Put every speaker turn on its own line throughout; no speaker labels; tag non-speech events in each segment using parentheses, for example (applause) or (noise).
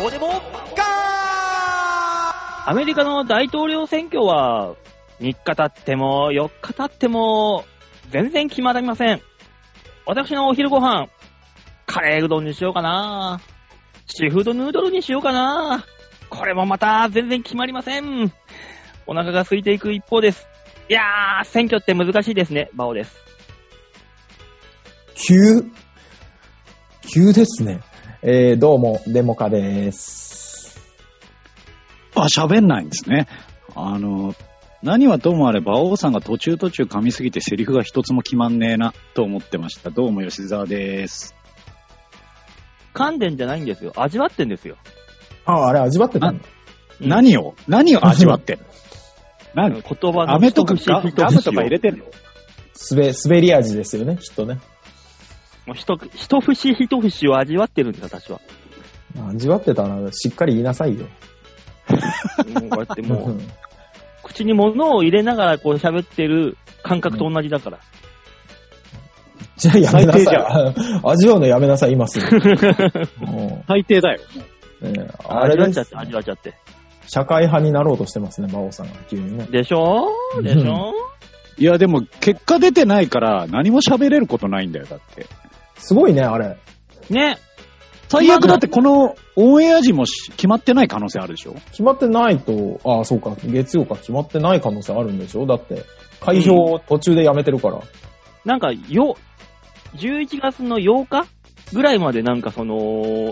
どうでもガ
アメリカの大統領選挙は、3日経っても4日経っても、全然決まりません。私のお昼ご飯、カレーうどんにしようかなシーフードヌードルにしようかなこれもまた全然決まりません。お腹が空いていく一方です。いやー、選挙って難しいですね、バオです。
急、急ですね。えー、どうも、デモカです。
あ、喋んないんですね。あの、何はともあれ、馬王さんが途中途中噛みすぎてセリフが一つも決まんねえなと思ってました。どうも吉沢です。
噛んでんじゃないんですよ。味わってんですよ。
あ、あれ味わってたんだ。
うん
何を何を味わってる (laughs) 何
言葉の
飴とか
一節
ガガムとか入れてんの
滑、滑り味ですよね、きっとね。
もう一一節一節を味わってるんです、私は。
味わってたら、しっかり言いなさいよ。
うんこうやってもう
(laughs) う、ん
口に物を入れながらこう喋ってる感覚と同じだから。
じゃあやめな
最低
さ
じ
い。 (laughs) 味わうのやめなさい、今
(laughs)
すぐ。も
最低だよ。
うねあ
あ
れ
れ味わっ
で
ちゃっ
す
て、味わっちゃって。
社会派になろうとしてますね、馬王さんが急にね。
でしょーでしょ
いや、でも結果出てないから何も喋れることないんだよ、だって。
すごいね、あれ。
ーね。
最悪だってこのオンエア時もし決まってない可能性あるでしょ
決まってないと、ああ、そうか、月曜か決まってない可能性あるんでしょだって、開票を途中でやめてるから。
なんか、よ、11月の8日ぐらいまでなんかその、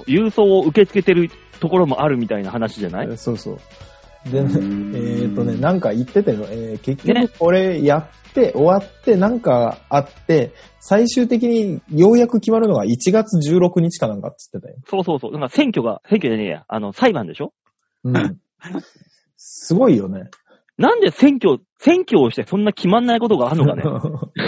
郵送を受け付けてるところもあるみたいな話じゃない
えそうそう。で、
う
ね、
ーん
えっとね、なんか言ってたよ。えー結
ね
局これやって、終わって、なんかあって、最終的にようやく決まるのが1月16日かなんかっつってたよ。
そうそうそう。なんか選挙が、選挙じゃねえや。あの、裁判でしょ (laughs)
うん。すごいよね。
なんで選挙、選挙をしてそんな決まんないことがあるのかね。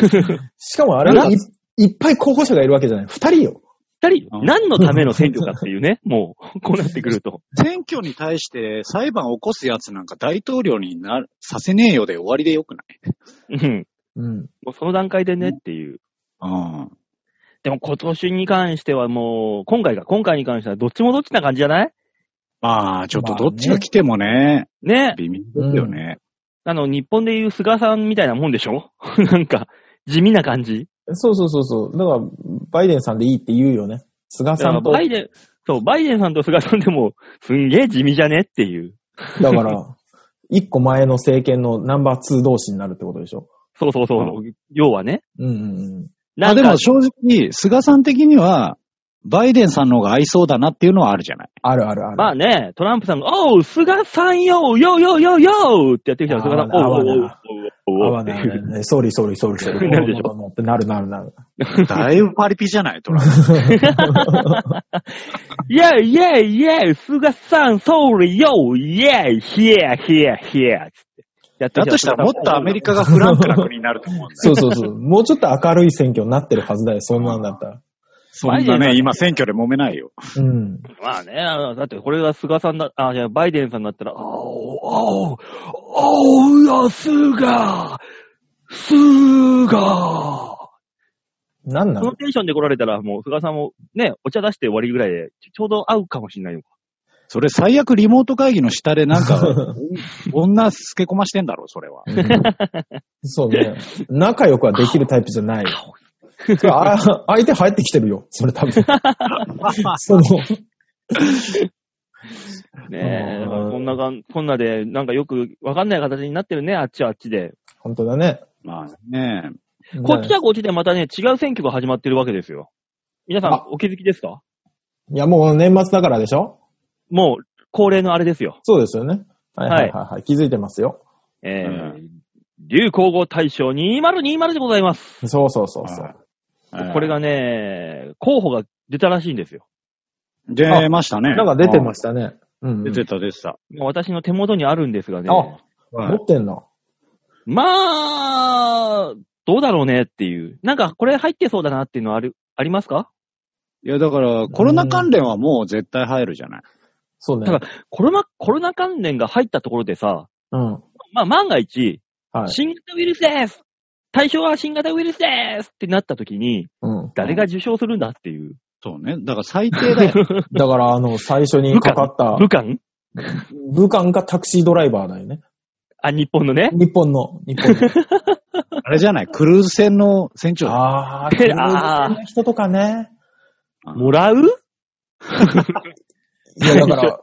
(laughs) しかもあれ
な
はい、いっぱい候補者がいるわけじゃない。二人よ。
二人、
うん
何のための選挙かっていうね。もう、こうなってくると。
選挙に対して裁判を起こすやつなんか大統領になるさせねえよで終わりでよくない
うん。
うん。
もうその段階でねっていう。
うん。
でも今年に関してはもう、今回か、今回に関してはどっちもどっちな感じじゃない
まあ、ちょっとどっちが来てもね、
ね。
微妙ですよね。
あの、日本でいう菅さんみたいなもんでしょなんか、地味な感じ。
そうそうそうそう。だから、バイデンさんでいいって言うよね。菅さんと。
バイデン、そう、バイデンさんと菅さんでも、すんげえ地味じゃねっていう。
だから、一個前の政権のナンバー2同士になるってことでしょ。
そうそうそう。要はね。
うんうんうん。
な
あ
ん
で
か
も正直、菅さん的には、バイデンさんの方が合いそうだなっていうのはあるじゃない。
あるあるある。
まあね、トランプさんが、おう、菅さんよ、よよよよってやってきたら、菅さん、
あー
おう、おう、おうおう、お
な、
う、おう
あ、
っ
危
て
ない
い
危
う。
ない。ソーリーソーリーソーリーソーリー。
なるでしょ
ってなるなるなる。
だいぶパリピじゃない、トランプ。
イェイイェイイェイ、菅さん、ソーリーよ、イェイ、ヒェイ、ヒェイ、ヒェイ、つって。やってき
だとしたらもっとアメリカがフランクな国になると思うんだよ。
そうそうそう。 (laughs) もうちょっと明るい選挙になってるはずだよ、そんなんだったら。
そんなね、今選挙で揉めないよ。
うん。
まあね、あのだってこれが菅さんだ、あ、じゃあバイデンさんだったら、あお、あお、あおや、菅菅
なんな
そ
の
のテンションで来られたら、もう菅さんもね、お茶出して終わりぐらいで、ちょちょうど合うかもしれないよ。
それ最悪リモート会議の下でなんか、女すけこましてんだろ、それは。
(laughs) そうね。仲良くはできるタイプじゃない。それあ相手入ってきてるよ、それ多分。その、
ねえ、
うん
だからこんながん、こんなで、なんかよくわかんない形になってるね、あっちはあっちで。
本当だね。
まあね、
こっち
ね
はこっちでまたね、違う選挙が始まってるわけですよ。皆さん
あ、
お気づきですか
いや、もう年末だからでしょ
もう、恒例のあれですよ。
そうですよね。はいはいはい、はい。気づいてますよ。
えー
う
流行語大賞2020でございます。
そうそうそうそう。
これがね、候補が出たらしいんですよ。
出ましたね。
なんか出てましたね。うん、う
うんん。出てた、出てた。
私の手元にあるんですがね。
あ
はい
持ってんの。
まあ、どうだろうねっていう。なんか、これ入ってそうだなっていうのはある、ありますか
いや、だから、コロナ関連はもう絶対入るじゃない。
そうね
だ。かコロナ、コロナ関連が入ったところでさ、
うん。
まあ、万が一、
はい。
新型ウイルスです対象は新型ウイルスですってなった時に、
うん。
誰が受賞するんだっていう。
そうね。だから最
(laughs)
低だよ。
だから、あの、最初にかかった、
武漢
武漢かタクシードライバーだよね。
あ、日本のね。
日本の、日本の。
あれじゃない。クルーズ船の船長だ
(laughs) あー、クルーズ船の人とかね。
もらうや
(laughs) いや、だから、
っ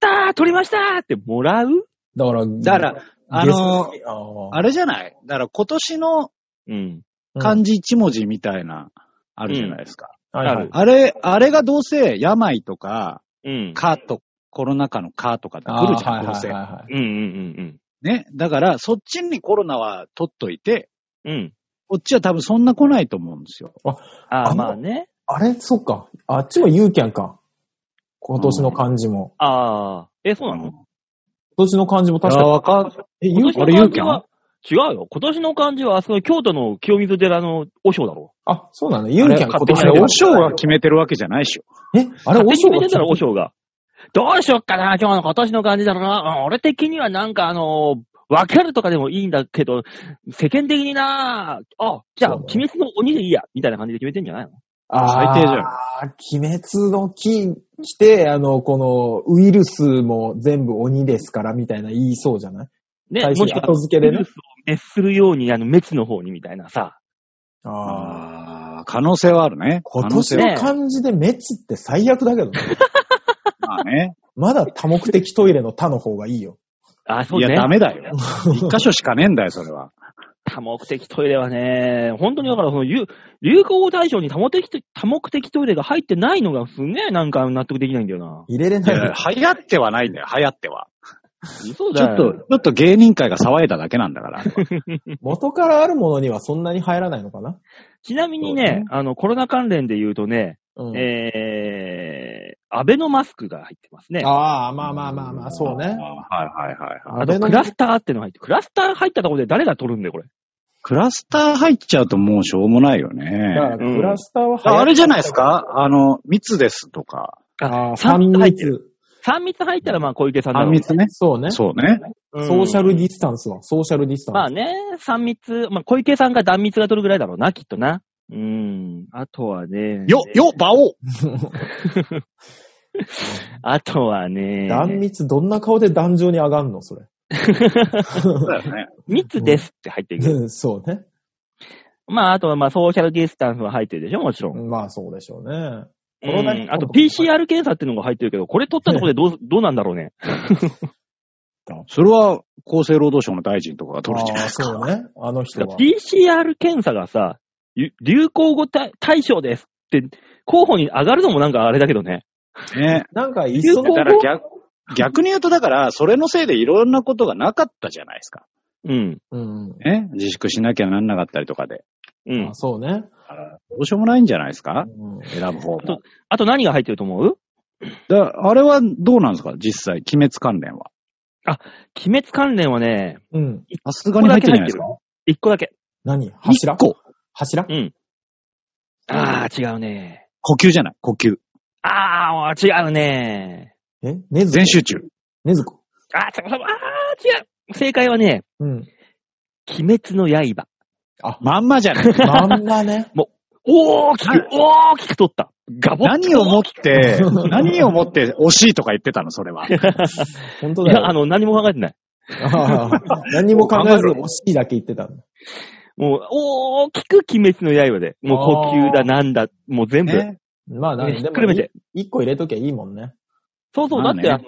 たー取りましたーってもらう
だから、
だから、あ
ゲ
の、
スト
あれじゃないだから今年の
うん。
あー
漢字一文字みたいな、あるじゃないですか。
うんはいは
あ
い
る
あれ、あれがどうせ病とか、
うん。
かと、コロナ禍のかとかって
あ
来
ー
るじゃん、どう
はい
せ
はい。は
うんうん
ね。だから、そっちにコロナは取っといて、
うんうん。うん。
こっちは多分そんな来ないと思うんですよ。
あ
あ
あ、
の
まあね。
い。あれ、そっか。あっちもユーキャンか。今年の漢字も。
ああ。え、そうなの
今年の漢字も
あ
確か
わかん
え、ユ
今
ー
年の
キャン
あれ
漢
ユ
字
ーキャン
は違うよ。今年の漢字は、あそこ京都の清水寺の和尚だろ。
あ、そうなんだ。ユーキャン今
勝手に
年
あ
の
れ、
和
和
尚
尚が決めてるわけじゃないでしょ。
え、あれ、
勝手
和
に
尚
決め
が
てたら和尚が。どうしよっかな、今日の今年の漢字だろうな。うん俺的にはなんかあのー分けるとかでもいいんだけど、世間的になあ、じゃあ、
そう
鬼
だね
滅の鬼でいいや、みたいな感じで決めてんじゃないの
最低じゃん
ん。鬼滅の木来て、あの、この、ウイルスも全部鬼ですから、みたいな言いそうじゃない
ね
最、初
もし
に
くは
後、付けで
ウイ
ね
ル。スを滅するように、あの、滅の方にみたいなさ。
ああ。
ああ、可能性はあるね。
今
可能性
年
は
の漢字で滅って最悪だけどね。
まあね。
まだ多目的トイレの他の方がいいよ。
あ、そう
い
ね。
や、ダメだよ。一箇所しかねえんだよ、それは。
多目的トイレはね、本当にだからその流、流行語大賞に多目的ト多目的トイレが入ってないのがすげえなんか納得できないんだよな。
入れれ
(laughs) い
ない
や
よ。
流行ってはないんだよ、流行っては。
そう
ちょっと、ちょっと芸人界が騒いだだけなんだから。
元からあるものにはそんなに入らないのかな
ちなみに
そうね
ね、あの、コロナ関連で言うとね、
うん。
えー、アベノマスクが入ってますね。
ああ、まあまあまあまあ、そう
はい
ね。
はいはいはい。
あ
あと、
れの
クラスターってのが入って、クラスター入ったところで誰が取るんだよ、これ。
クラスター入っちゃうともうしょうもないよね
だ。からクラスターは
ああれじゃないです
か。
かあの、密ですとか。
ああ、
三
三
密入ってる。
密。
3密入ったら、まあ、小池さんだろ
あ
う
密ね。
そうね。
そうね。
うん
ソーシャルディスタンスは、ソーシャルディスタンス。
まあね、3密、まあ、小池さんが断密が取るぐらいだろうな、きっとな。うん。あとはね、
よ、よ、馬王
あとはね、
断密、どんな顔で壇上に上がんのそれ。
だよね。
密ですって入っていく。
うん (laughs) そうね。
まあ、あとはまあ、ソーシャルディスタンスは入ってるでしょ、もちろん。
まあそうでしょうね。
う
コロナに
ん、あと PCR 検査っていうのが入ってるけど、これ取ったところでどう、どうなんだろうね。
それは厚生労働省の大臣とかが取るじゃん。
ああ、そうね。あの人は。
PCR 検査がさ、ゆ流行語大大賞ですって、候補に上がるのもなんかあれだけどね。
ね。
なんか、いっそ
だ
の
から逆、逆に言うとだから、それのせいでいろんなことがなかったじゃないですか。
うん。
うん。
ね。自粛しなきゃなんなかったりとかで。
うん
あ。そうね。
どうしようもないんじゃないですか
うん
選ぶ方も。
あと何が入ってると思う
だあれはどうなんですか実際、鬼滅関連は。
鬼滅関連はね、
うん。
さすがに入ってるじゃないですか
一個だけ。
何柱
一個
柱
ああ、違うね。
呼吸じゃない呼吸。
ああ、違うね。
えねずこ
全。集中。
ねずこ。
ああ、違う、あー違う。正解はね、
うん。
鬼滅の刃。
まんまじゃない。
まんま
(laughs)
ね。
大きく、大きく取った。ガボッ
何をもって、何をもって惜しいとか言ってたの、それは。
本当
い
だ
や、あ
よ。
の、何も考えてない。
ああ (laughs) 何も考えず惜しいだけ言ってたんだ。
もう、大きく鬼滅の刃で。もう呼吸だ、
あー
なんだ、もう全部。
ね
まあ、な
ね
ん
ひ
で
っくる
も
め
い
て。
一個入れときゃいいもんね。
そうそう、
ま
だ
あ
っ
ね
て、あの、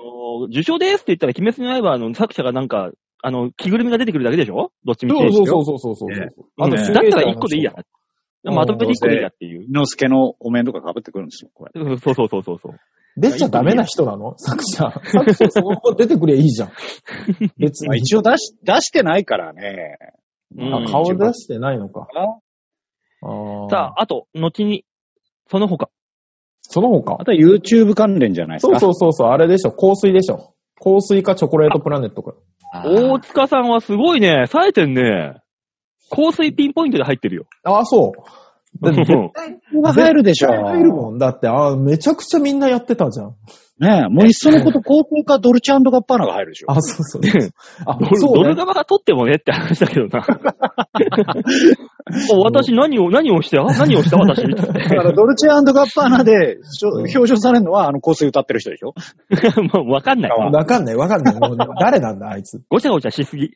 受賞ですって言ったら、鬼滅の刃の作者がなんか、あの、着ぐるみが出てくるだけでしょどっちみち。
そうそうそうそうそうそう。
ね
あと
うん
集英社
だっ
の人
たら一個でいいや。まとめて一個でいいやっていう。
伊之助のお面とか被ってくるんですよ、これ。
うんそうそうそうそうそう。
出ちゃダメな人なの作
(laughs)
者。作者そのまま出てくりゃいいじゃん。別
まあ、
に。
一応出し、出してないからね。
うん
あ顔出してないのか。あー
さあ、あと、後に、その他。
その他
あ。とは YouTube 関連じゃないです
そう
か。
そううそうそう、あれでしょ。香水でしょ。香水かチョコレートプラネットか。
大塚さんはすごいね、冴えてんね。香水ピンポイントで入ってるよ。
ああ、そう。だって
(laughs)
絶
ここが入るでしょ。
対入るもん。だって、ああ、めちゃくちゃみんなやってたじゃん。
ねえ、もういっそのこと、高校かドルチアンドガッパーナが入るでしょ。
あ、そうそうそう。あ
ド、ル
そ
ド
う
ル
ね。
側が取ってもねって話だけ
(laughs)
どな。お私何を、何をして、あ何をした私って
だからドルチアンドガッパーナでしょ表彰されるのは、あの香水歌ってる人でしょ。
(laughs) もうわかんないわ。
わかんない、わかんない。 (laughs) もう誰なんだ、あいつ。
ごちゃごちゃしすぎ。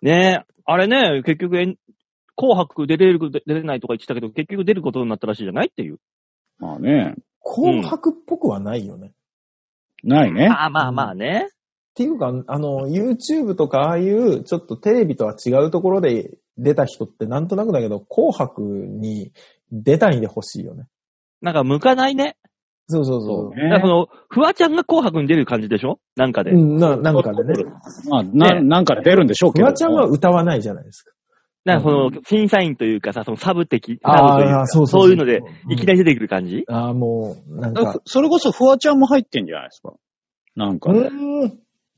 ねえ、あれね、結局、えん紅白出れる、出れないとか言ってたけど、結局出ることになったらしいじゃないっていう。
まあね、
紅白っぽくはないよね。っ
ないね。
まあまあまあね。
ていうか、あの、YouTube とか、ああいう、ちょっとテレビとは違うところで出た人って、なんとなくだけど、紅白に出たいんでほしいよね。
なんか向かないね。
そうそう
そう
そう。
だからその、フワちゃんが紅白に出る感じでしょなんかで。
うん、ななんかでね。
まあ、な、
ね
なんか出るんでしょうけ
フ
ど。
ワちゃんは歌わないじゃないですか。
なんかその、審査員というかさ、そのサブ的、サブという
あ
か
あ、そう
そういうので、いきな
り。
り出てくる感じ
ああ、もう、なん
だから
か。
それこそフワちゃんも入ってんじゃないですか。なんか
う
ね、
ーん。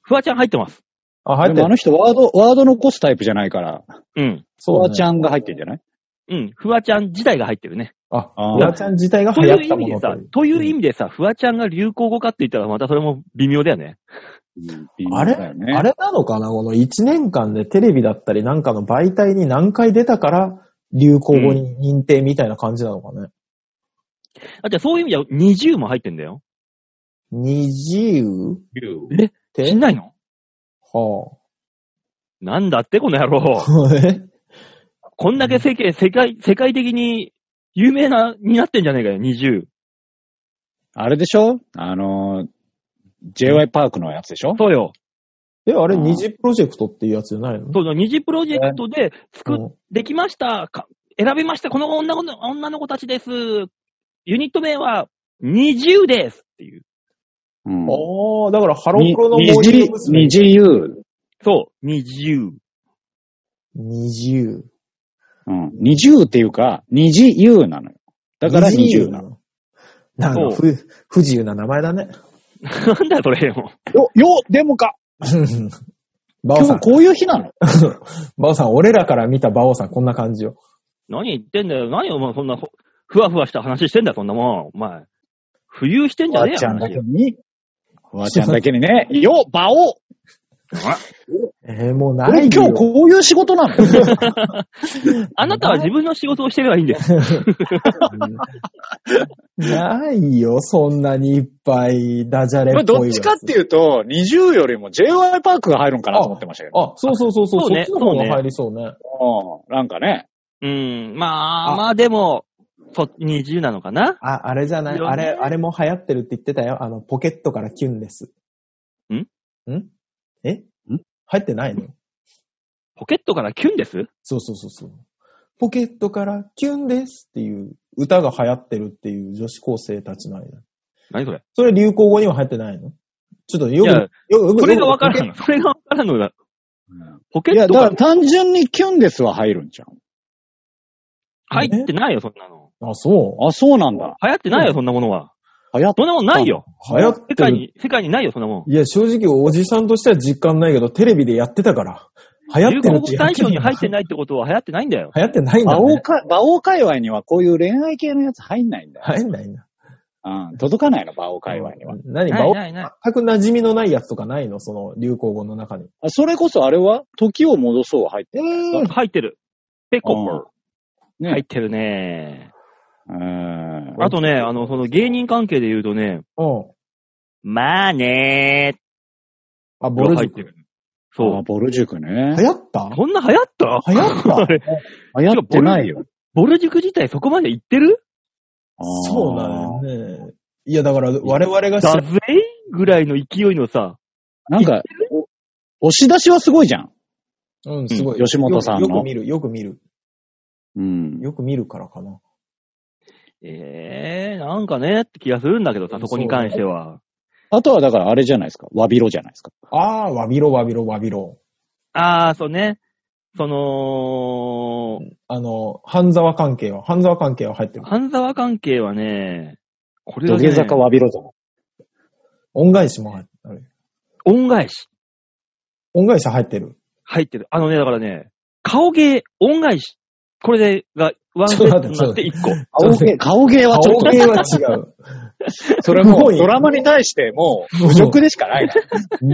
フワちゃん入ってます。
あ、入って
でもあ
る。
の人ワード、ワード残すタイプじゃないから、
うん。
フ
そう
ワ
ね
ちゃんが入ってんじゃない
うん。フワちゃん自体が入ってるね。
あ、
あー
フワちゃん自体が
と
流
い
行
う
っ
意
たも
味で
の
さ
という、
という意味でさ、フワちゃんが流行語かって言ったらまたそれも微妙だよね。
微妙
あれ
だよね
あれなのかなこの1年間でテレビだったりなんかの媒体に何回出たから流行語に認定みたいな感じなのかね。
あ、じゃあそういう意味じゃ20も入ってんだよ。
20? っ
知
て
んないの
は
なんだってこの野
(laughs)
郎。
あ。え
こんだけ世界、世界、世界的に有名な、になってんじゃねえかよ、20。
あれでしょあのー、J.Y. パークのやつでしょ
そうよ。
え、あれ
あー
二次プロジェクトっていうやつじゃないの
そうそう、二次プロジェクトで作っ、
うん
できました。か選びました。この女の子女の子たちです。ユニット名は20ですっていう。
うん。
ああ、だからハロプロの
に
モーニング
に
娘。
じゆう。
そう、20。
20。
うん。にじゅうっていうか、にじゆうなのよ。だからにじゅうなの。
の。なんか不不自由な名前だね。
(laughs)
(laughs)
なんだよそれよ。
よ、よ、でもか。
バオさ
今日
ん、
こういう日なの
バオさん、俺らから見たバオさんこんな感じよ。
何言ってんだよ。何を、お前そんなふ、ふわふわした話してんだよ、そんなもん。お前。浮遊してんじゃねえよ。
わっちゃんだけ
に。フワちゃんだけにね、 (laughs) よ、バオ
えー、もうな
俺
いよ。
今日こういう仕事な (laughs) の
あなたは自分の仕事をしてればいいんです。
(laughs) ないよ、そんなにいっぱいダジャレっぽいやつ。
どっちかって
う。
いうと、20よりも J.Y. パークが入るんかなと思ってましたけど。
あ、そうそうそうそう、
そう
そ
ね
っちの方が入りそうね。
うんなんかね。
うん、まあ、
あ
まあでも、そ、20なのかな
あ、あれじゃないい、
いよね
あれ、あれも流行ってるって言ってたよ。あの、ポケットからキュンです。
ん
んえ
ん
入ってないの
ポケットからキュンです
そうそうそうそう。ポケットからキュンですっていう歌が流行ってるっていう女子高生たちの間。
何それ
それ流行語には入ってないのちょっとよ
いや
く、よく、
それがわから
ない。
んの。それがわからんのだ。ポケ
いや、
ット
だ
か
からら単純にキュンですは入るんじゃん。
入ってないよ、そんなの。
あ、そう。
あ、そうなんだ。
流行ってないよ、そんなものは。
流行っ
そんなもんないよ。
流行って
世界
る
に、世界にないよ、そんなもん。
いや、正直おじさんとしては実感ないけど、テレビでやってたから。流行
流
って
行
る
語
って
大賞に入っててないってことは流行ってないんだよ。
流行ってないん
馬
だ、
王
ね。
か、馬王界隈にはこういう恋愛系のやつ入んないんだよ。
入んないんだ。
うん。届かないの、馬王界隈には。
何、
な
バ
い
オ
ないない。
全く馴染みのないやつとかないのその流行語の中に。
あそれこそあれは時を戻そう入って
う
る。
ーん。
入ってる。ペコ
うん
ポ。
ね
入ってるね。
うん
あとね、あの、その芸人関係で言うとね、
うん。
まあね
あ、
ー。
ボル
入
ジ
って
ク。
る。そ
あ
う。
ボル塾ね
流。行った
こんな流行った
流行った
あれ
流行ってないよ。
ボル塾自体そこまで行ってる
そうなんだよね。いや、だから我々が知
だ
ら
ぜぐらいの勢いのさ、
あーなんか、お押し出しはすごいじゃん。
うん、すごい。
うん吉本さん
よ
の
くよく見る、よく見る。
うん。
よく見るからかな。
ええー、なんかねって気がするんだけどさ、そこに関しては。
あとはだからあれじゃないですか。わびろじゃないですか。
あー、わびろわびろわびろ。
ああ、そうね。その、
あの、半沢関係は、半沢関係は入ってる。
半沢関係はね、これ
土
が、
下
ね、
坂わびろじゃない。
恩返しも入ってる。
恩返し
恩返し入ってる。
入ってる。あのね、だからね、顔芸、恩返し。これでがワンセットになって1個。
顔芸、顔芸はちょっ
顔
と、
系は違う。
それも
も
う
う
ドラマに対してもう侮辱でしかないから。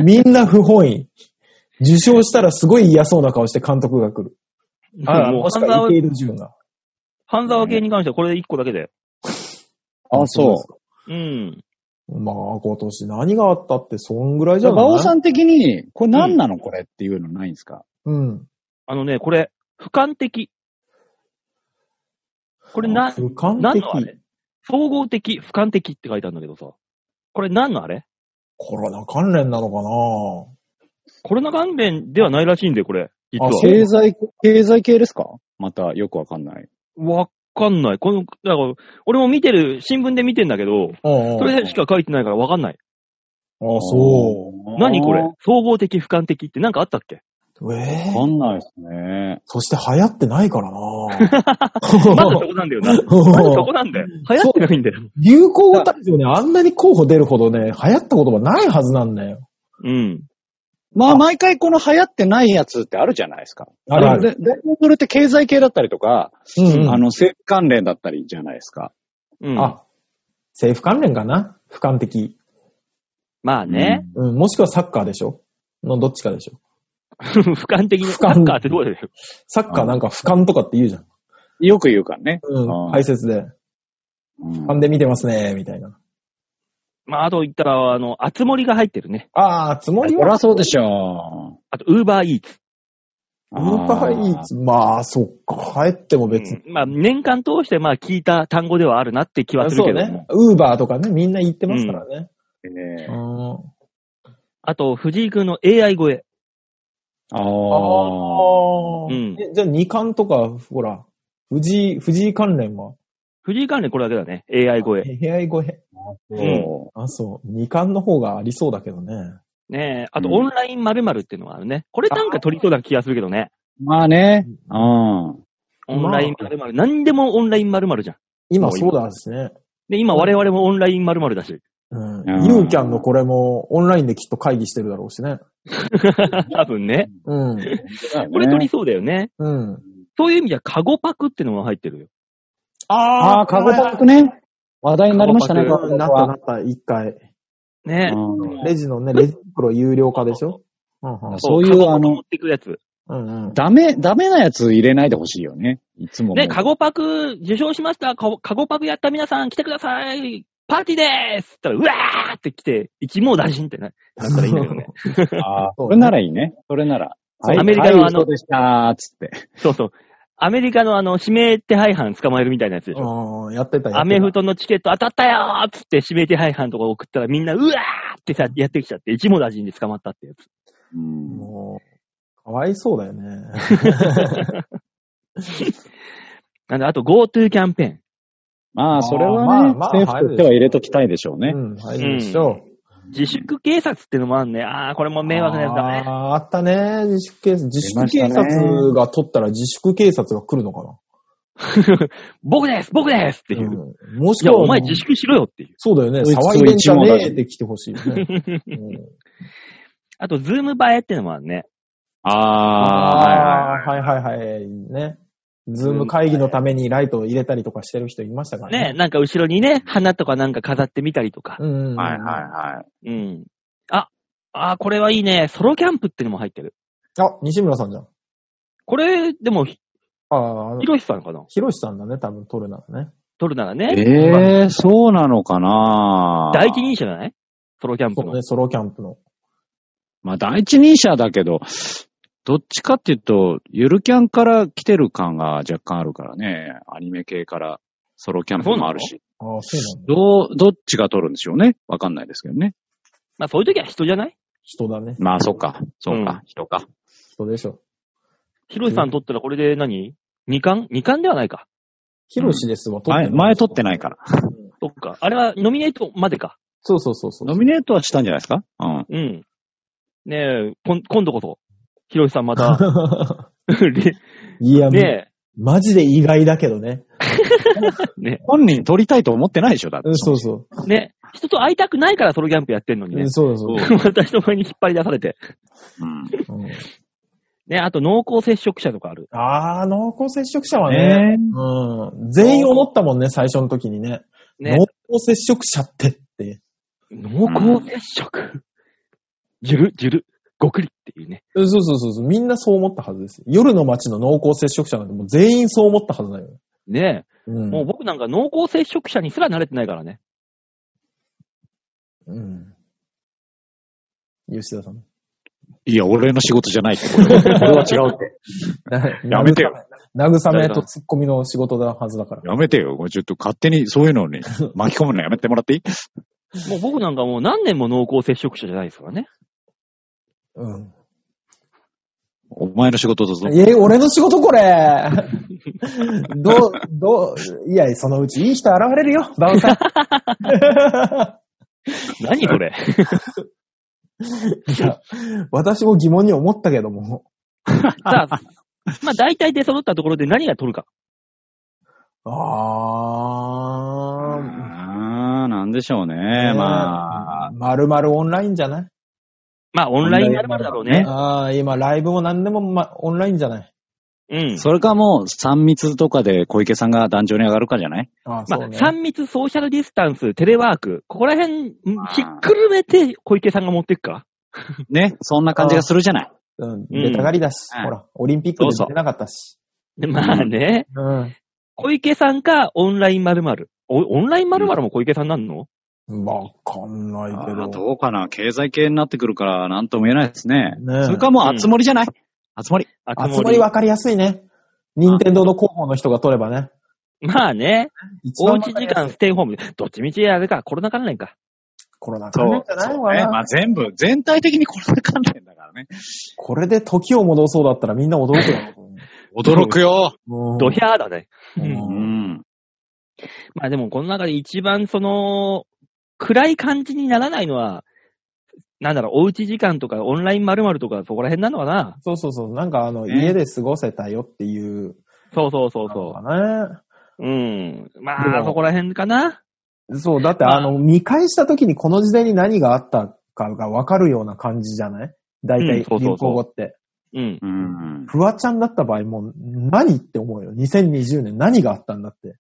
みんな不本意。受賞したらすごい嫌そうな顔して監督が来る。 (laughs)
あ
もし
半沢
か、池井戸潤が。
半沢系に関してはこれで1個だけで。。
あ、そう。
ん。
う。まあ、今年何があったって、そんぐらいうじ
じゃ
ゃ
あ、
ない
馬王さん的に、これ何なのこれっていうのないんですか
うん。
あのね、これ、俯瞰的。これな、
俯瞰
何
的
のあ。れ総合的、俯瞰的って書いてあるんだけどさ。これ何のあれ
コロナ関連なのか
コロナ関連ではないらしいんだよ、これ。実は
あ。そう
経済、経済系ですかまたよくわかんない。。
わかんない。この、だから、俺も見てる、新聞で見てんだけど、
なうんうん
それしか書いてないからわかんない。
あ、そう
何これ総合的、俯瞰的って何かあったっけ
う。ええ
わかんないですね。
そして流行ってないから (laughs) な (laughs)
まだそこなんだよな。まだそこなんだよ。流行ってないんだよ。
流行語大賞ね、あんなに候補出るほどね、流行った言葉ないはずなんだよ。
うん。
まあ、毎回この流行ってないやつってあるじゃないですか。
あるある
でででもそれって経済系だったりとか、
うんうん
あの、政府関連だったりじゃないですか。
うん。
あ、政府関連かな俯瞰的。
まあね。
うん、もしくはサッカーでしょのどっちかでしょ。
(laughs) 俯瞰的に。
俯
サ
瞰
ッカーってどうだよ。
サッカーなんか俯瞰とかって言うじゃん。
よく言うからね。
う
あ
ん、
ー
解説で。
うん
勘で見てますね、みたいな。
まあ、あと言ったら、あの、あつ森が入ってるね。
あー、つもり
そり
は。
ゃそうでしょ
あと、ウーバーイーツ。
う。
ウーバーイーツまあ、そっか。入っても別に。
うんまあ、年間通して、まあ、聞いた単語ではあるなって気はする
そ
け
う
ども。
ね。ウーバーとかね、みんな言ってますからね。
ね
う。ん。
あと、藤井くんの AI 超え。
あ
あ
あ。
ーうん
えじゃあ、二冠とか、ほら、藤井、藤井関連は。
藤井関連これだけだね。AI 超え。
部屋越え。
そ
あ、そう。二冠の方がありそうだけどね。
ねえ。あと、
うん
オンライン〇〇っていうのがあるね。これなんか取りそうな気がするけどね。
うまあね。うん。
オンライン〇〇。何でもオンライン〇〇じゃん。
今そうだしね。
で、今我々もオンライン〇〇だし。
うん
うん。
ユーキャンのこれも、オンラインできっと会議してるだろうしね。
(laughs) 多分ね。
うん。
これ取りそうだよね。
うん。
そういう意味じゃ、カゴパクってのが入ってるよ。
ああ、カゴパックね。話題になりましたね、
カゴ
カゴパック
なったな
は
った、一回。
ね
うん
レジのね、レジ袋有料化でしょうんうん
そういう
カゴパク
あの
持ってくやつ。
うんうん。
ダメ、ダメなやつ入れないでほしいよね。いつも。
ね、カゴパク受賞しました。カゴカゴパクやった皆さん来てください。パーティーでーすって言ったら、うわーって来て、一網打尽ってな、なったらいいんだけどね。
ああ、それならいいね。それなら。
そうアメリカのあの
はい嘘でしたー、つって。
そうそう。アメリカのあの、指名手配犯捕まえるみたいなやつでしょ。
うんやってた
アメフ
ト。
トのチケット当たったよーっつって指名手配犯のとか送ったらみんな、うわーってさ、やってきちゃって、一網打尽で捕まったってやつ。
うん
もう、かわいそうだよね。
なんで、あと GoTo キャンペーン。
まあ、それはね、
まあまあ
政府としては入れときたいでしょうね。
うん、はい、でしょう。
自粛警察ってのもあんね。あー、これも迷惑なやつだね
あ。ーあったね、自粛警察。自
出ま
粛
した
警
ね
察が取ったら自粛警察が来るのかな
(laughs) 僕です僕ですっていう。
うんもし
い
く
や、
は、
お前自粛しろよっていう。
そうだよね。
そいつ
騒いでんじゃ
そいつも
ね
だ
えって来てほしいよね。うん
あと、ズーム映えってのもあるね。
ああ、はいはい。
あー、はいはいはい。ね。ズーム会議のためにライトを入れたりとかしてる人いましたから
ね、
ね。
なんか後ろにね、花とかなんか飾ってみたりとか。
うん。
はいはいはい。
うん。あ、あー、これはいいね。ソロキャンプってのも入ってる。
い。あ、西村さんじゃん。
これ、でも、ひ
ああ、あの
ひろしさんかな
ひろしさんだね、多分撮るならね。
撮るならね。
ええそうなのかな
第一人者じゃないソロキャンプ
そう
の。
ね、ソロキャンプの。
まあ、第一人者だけど、どっちかっていうと、ゆるキャンから来てる感が若干あるからね。アニメ系からソロキャンプもあるし。
ああ、そうなんだ。
どう、どっちが取るんでしょうね。わかんないですけどね。
まあそういう時は人じゃない
人だね。
まあ、そっか。そうか。
うん
人か。
人でしょ。
ヒロシさん撮ったらこれで何二冠二冠ではないか。
ひろしですわ、撮って
前、
ない
前取ってないから。
そっか。あれはノミネートまでか。
そうそうそうそう
ノ。ミネートはしたんじゃないですかうん。
うん。ねえ、こん今度こそ、ヒロシさんま (laughs) た、
(laughs) いや、
ね
マジで意外だけどね。
本人取りたいと思ってないでしょだって
うん。そうそう。
え、ねえ、人と会いたくないからソロキャンプやってんのに (laughs)
う
ね
ん。そうだそうだ。
また人前に引っ張り出されて。
うん。
うん
ね、あと濃厚接触者とかある。
あー、濃厚接触者はね、
ね
うん。全員思ったもんね、最初の時にね。
ね、
濃厚接触者ってって。
濃厚接触。じゅる、じゅる、ごくりっていうね。
そうそうそうそう。みんなそう思ったはずです。夜の街の濃厚接触者なんてもう全員そう思ったはずだよ。
ね
う
え、
ん。
もう僕なんか濃厚接触者にすら慣れてないからね。
うん。吉田さん。
いや、俺の仕事じゃないって。これ (laughs) はこれは違うって。 (laughs) やめてよ
慰め。慰めとツッコミの仕事だはずだから。
やめてよ。もうちょっと勝手にそういうのに巻き込むのやめてもらっていい
もう僕なんかもう何年も濃厚接触者じゃないですからね。
うん。
お前の仕事だぞ。 (laughs)
え、俺の仕事これどう、どう、いや、そのうちいい人現れるよ、バウン
(laughs)
サー。
何これ。
いや、私も疑問に思ったけども。
さあ、まあ大体出揃ったところで何が取るか。
あ
あー、なんでしょうね。
ー。
まあ。
まるまるオンラインじゃない
まあオンラインになるまでだろうね。
ああ、今ライブも何でも、ま、オンラインじゃない
うん。
それかもう、3密とかで小池さんが壇上に上がるかじゃない
ああ、
ま
そう
あ、
ね。
3密、ソーシャルディスタンス、テレワーク、ここら辺、ん
あー
ひっくるめて小池さんが持っていくか
ね。そんな感じがするじゃない。
うん、出たがりだし、
うん
ほら、オリンピックで出てなかったし。
で (laughs) まあね、
うん。
小池さんかオンライン〇〇。おオンライン〇〇も小池さんなんの
わかんないけ
あー
ど。
どうかな。経済系になってくるから、なんとも言えないですね。
ねえ
それかもう、集まりじゃない集まり。
あ
あつまりわかりやすいね。任天堂の広報の人が取ればね。
まあね、
一
お
番
うち時間ステイホーム。どっちみちあれか、コロナ関連か。
コロナ
そ
関連
う
じゃない
そう
わ
ね。
な
まあ全部、全体的にコロナ関連だからね。
これで時を戻そうだったらみんな驚くよ。
驚くよ。
うん
ドヒャーだね。
うん
うん。
まあでも、この中で一番その、暗い感じにならないのは、なんだろう、おうち時間とかオンライン〇〇とかそこら辺なのかな
そうそうそう。なんかあの、
ね
家で過ごせたよっていう。
そうそうそう
そう
そ
かな。
う。うん。
で
まあ、
も
そこら辺かな。
そう、だって
まあ
あの、見返した時にこの時代に何があったかがわかるような感じじゃない大
うん
体、
そうそうそう
流行語って。
うん。
うん。
フワちゃんだった場合も、何って思うよ。2020年何があったんだって。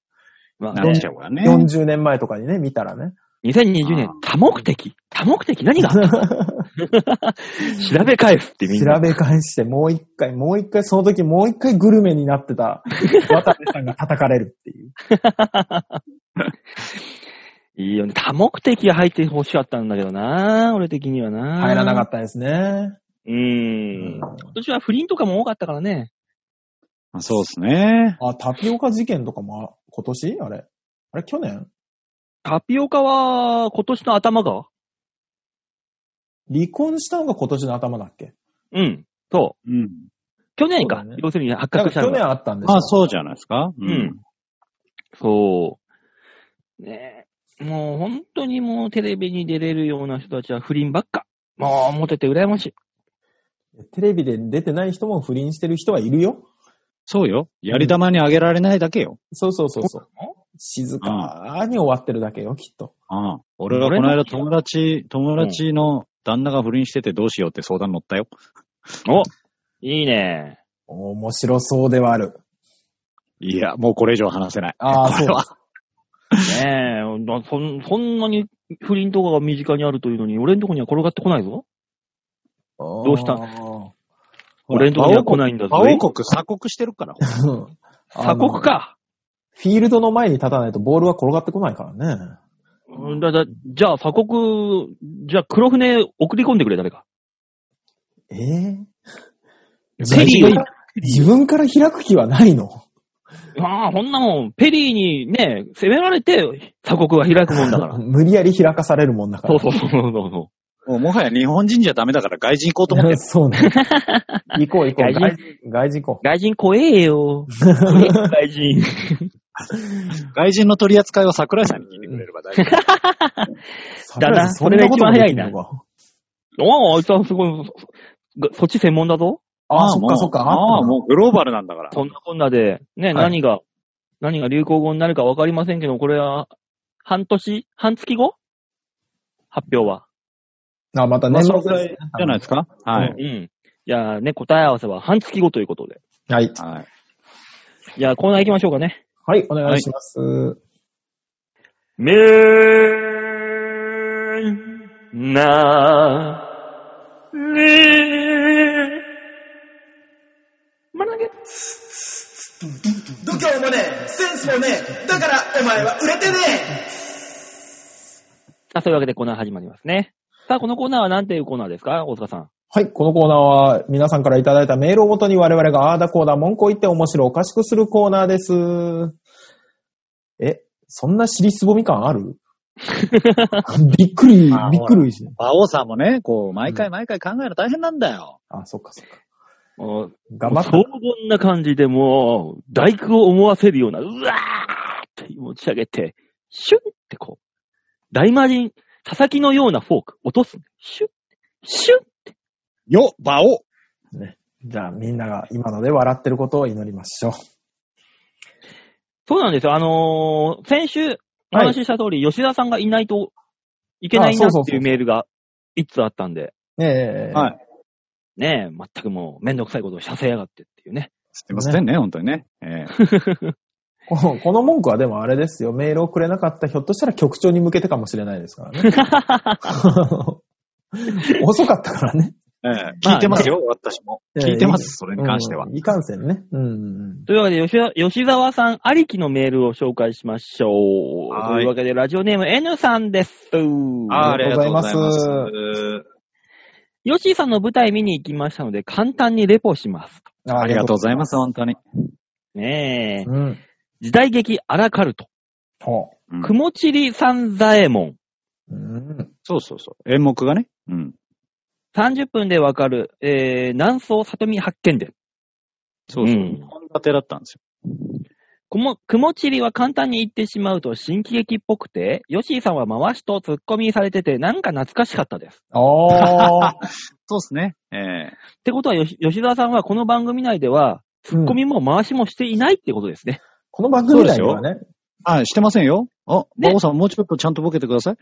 まあ
なっ
ね、
ちゃうからね。
40年前とかにね、見たらね。
2020年
あ、
多目的多目的何があった (laughs)
(laughs)
調べ返すってみんな。
調べ返して、もう一回、もう一回、その時もう一回グルメになっ
(laughs)
てた、渡部さんが叩かれるっていう。
いいよね。多目的が入ってほしかったんだけどな、俺的にはな。
入らな
った。
かったですね。
うーん。今年は不倫とかも多かったからね。
あそうですね。
あ、タピオカ事件とかも、今年あれあれ去年
タピオカは今年の頭か
離婚したのが今年の頭だっけ
うん。そう。
うん。
去年か。
そうだね
要するに発覚
なんか
した
去
の
年
が。
あったんです
ま
よ。
あそうじゃないですか。う
うん。そう。ねえ。もう本当にもうテレビに出れるような人たちは不倫ばっか。もうモテて羨ましい。
テレビで出てない人も不倫してる人はいるよ。
そうよ。やり玉にあげられないだけよ。
そうそうそうそう
なの。
静かに終わってるだけよ、きっと。
ああ俺がこの間友達、友達の旦那が不倫しててどうしようって相談乗ったよ。
おいいね。
面白そうではある。
いや、もうこれ以上話せない。
ああ、
こ
そ
れ (laughs)
う。
は。
ねえ、なそんそんなに不倫とかが身近にあるというのに、俺のとこには転がってこないぞ。
ど
うした
(laughs) ほら
俺のとこには来ないんだぞ。
馬王国鎖国してるから。
うん
鎖国。か。
あのフィールドの前に立たないとボールは転がってこないからね。
うんだだじゃあ鎖国、じゃあ黒船送り込んでくれ、誰か。
ええ
ペリー
自分から自分から開く気はないの
ああ、こんなもん、ペリーにね、攻められて、鎖国は開くもんだから。
無理やり開かされるもんだか
(laughs)
ら。
そうそうそうそうそ
(laughs) もうもはや日本人じゃダメだから外人行こうと思っ
いや (laughs)
てる。(laughs)
そうね。行こう行こ
外
う。外外人行こ
う。外人怖えよ。外人。
外人の取り扱いは桜井さんに聞いてくれれば大丈夫。
う。
だな
桜井さん
それが一番早いな
そんことできんのか
おお、あいつはすごい、そそっち専門だぞ。
ああ、そ
も
っ
う
かそっか。
(laughs) あ
あ
あ、もうグローバルなんだから。
そんなこんなで、ね、
い
何が、何が流行語になるかわかりませんけど、これは、半年半月後発表は。
う。あ、また
まあ
年
その
末
ぐらいじゃないですか。は
う
い。
ん。じゃあね、答え合わせは半月後ということで。
はい。
はい。
じゃあコーナー行きましょうかね。
はい、お願いします。
メーンなーまなげ
度胸もねえ、センスもねえ、だからお前は売れてね
あ、そういうわけでコーナー始まりますね。さあ、このコーナーは何ていうコーナーですか大塚さん。
はい、このコーナーは皆さんからいただいたメールをもとに我々があーだこーだ文句を言って面白おかしくするコーナーです。え、そんな尻すぼみ感あ
(laughs)
るびっくり、び
あー
っくりし
馬王さんもね、こう、毎回毎回考えるの大変なんだよ。
あ、そっかそっか。
もう
頑張っ
荘
た。
厳な感じでもう、大工を思わせるような、うわーって持ち上げて、シュンってこう、大魔人、佐々木のようなフォーク、落とす。シュン、シュン
よ、馬王
じゃあみんなが今ので笑ってることを祈りましょう。
そうなんですよ。あのー先週お話しした通り、吉田さんがいないといけない
あそ
な
うそう
っ
そう
ていうメールが一通あったんで、
ねえ。
はい。
ねえ、全くもうめんどくさいことをさせやがってっていうね。
すいませんね、本当にね。 (laughs) え
このこの文句はでもあれですよ。メールをくれなかった、ひょっとしたら局長に向けてかもしれないですからね。
(laughs)
(laughs) 遅かったからね。
えええ聞いてますよ、私も。聞いてます、それ (laughs) に関しては
う。んいかんせんね。うんうん。
というわけで吉田、吉沢さんありきのメールを紹介しましょう。
は
と
い
いうわけで、ラジオネーム N さんです。
あー
ありがとうございます
ヨッシーさんの舞台見に行きましたので、簡単にレポします。
あ
ありがとうございます、本当に。
ねえ。
う。うん。
時代劇アラカルト。
ほ
うん
雲霧三左衛門。
う。うん。
そうそうそう。演目がね。うん。
30分でわかる、えー、南宋里見発見伝。
そうそう。
うん
2本立てだったんですよ。
雲雲霧は簡単に言ってしまうと新喜劇っぽくて、ヨッシーさんは回しとツッコミされてて、なんか懐かしかったです。
あー。
そうですね。ええ
ってことはよし、吉沢さんはこの番組内では、 (laughs)
ツ
ツッコミも回しもしていないってことですね。
この番組内ではね。
はい、してませんよ。あ、
ね
馬王さんもうちょっとちゃんとボケてくだ (laughs) さい。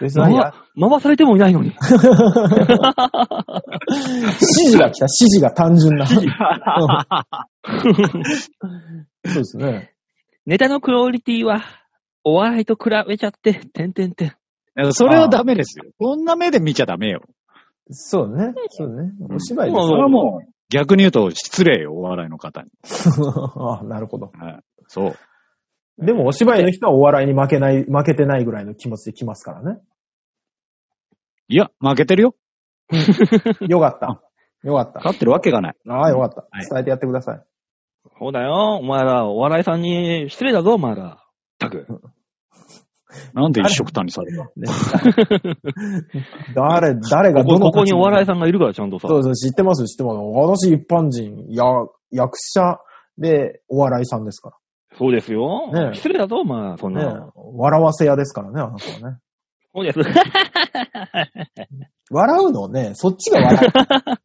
別
回
に、あ
回されてもいないの
(laughs)
に。
指示が来た。指示が単純な。うんそうですね。
ネタのクオリティは、お笑いと比べちゃって、てんてんてん。
(laughs) それはダメですよ。こんな目で見ちゃダメよ。
そうね。そうね。お芝居で
うん
す
それはもう、逆に言うと失礼よ、お笑いの方に。
(laughs) あなるほど。
はい。そう。
でもお芝居の人はお笑いに負けない、負けてないぐらいの気持ちで来ますからね。
いや、負けてるよ。
よか
(laughs)
った。よかった。
勝ってるわけがない。
ああ、よかった
はい。
伝えてやってください。
そうだよ、お前ら、お笑いさんに失礼だぞ、お前ら。ったく。
(laughs) なんで一色単にされるの
ね誰、誰が
こ
ど
こ
の
ここにお笑い
い
さんがいるから、ちゃんとさ。
そうそう、知ってます、知ってます。私一般人、や、役者でお笑いさんですか
そうですよ。
ねえ
失礼だぞ、お前、そんな
ら
の。
ね。笑わせ屋ですからね、あなたはね。
そうです。
笑うのね、そっちが笑う。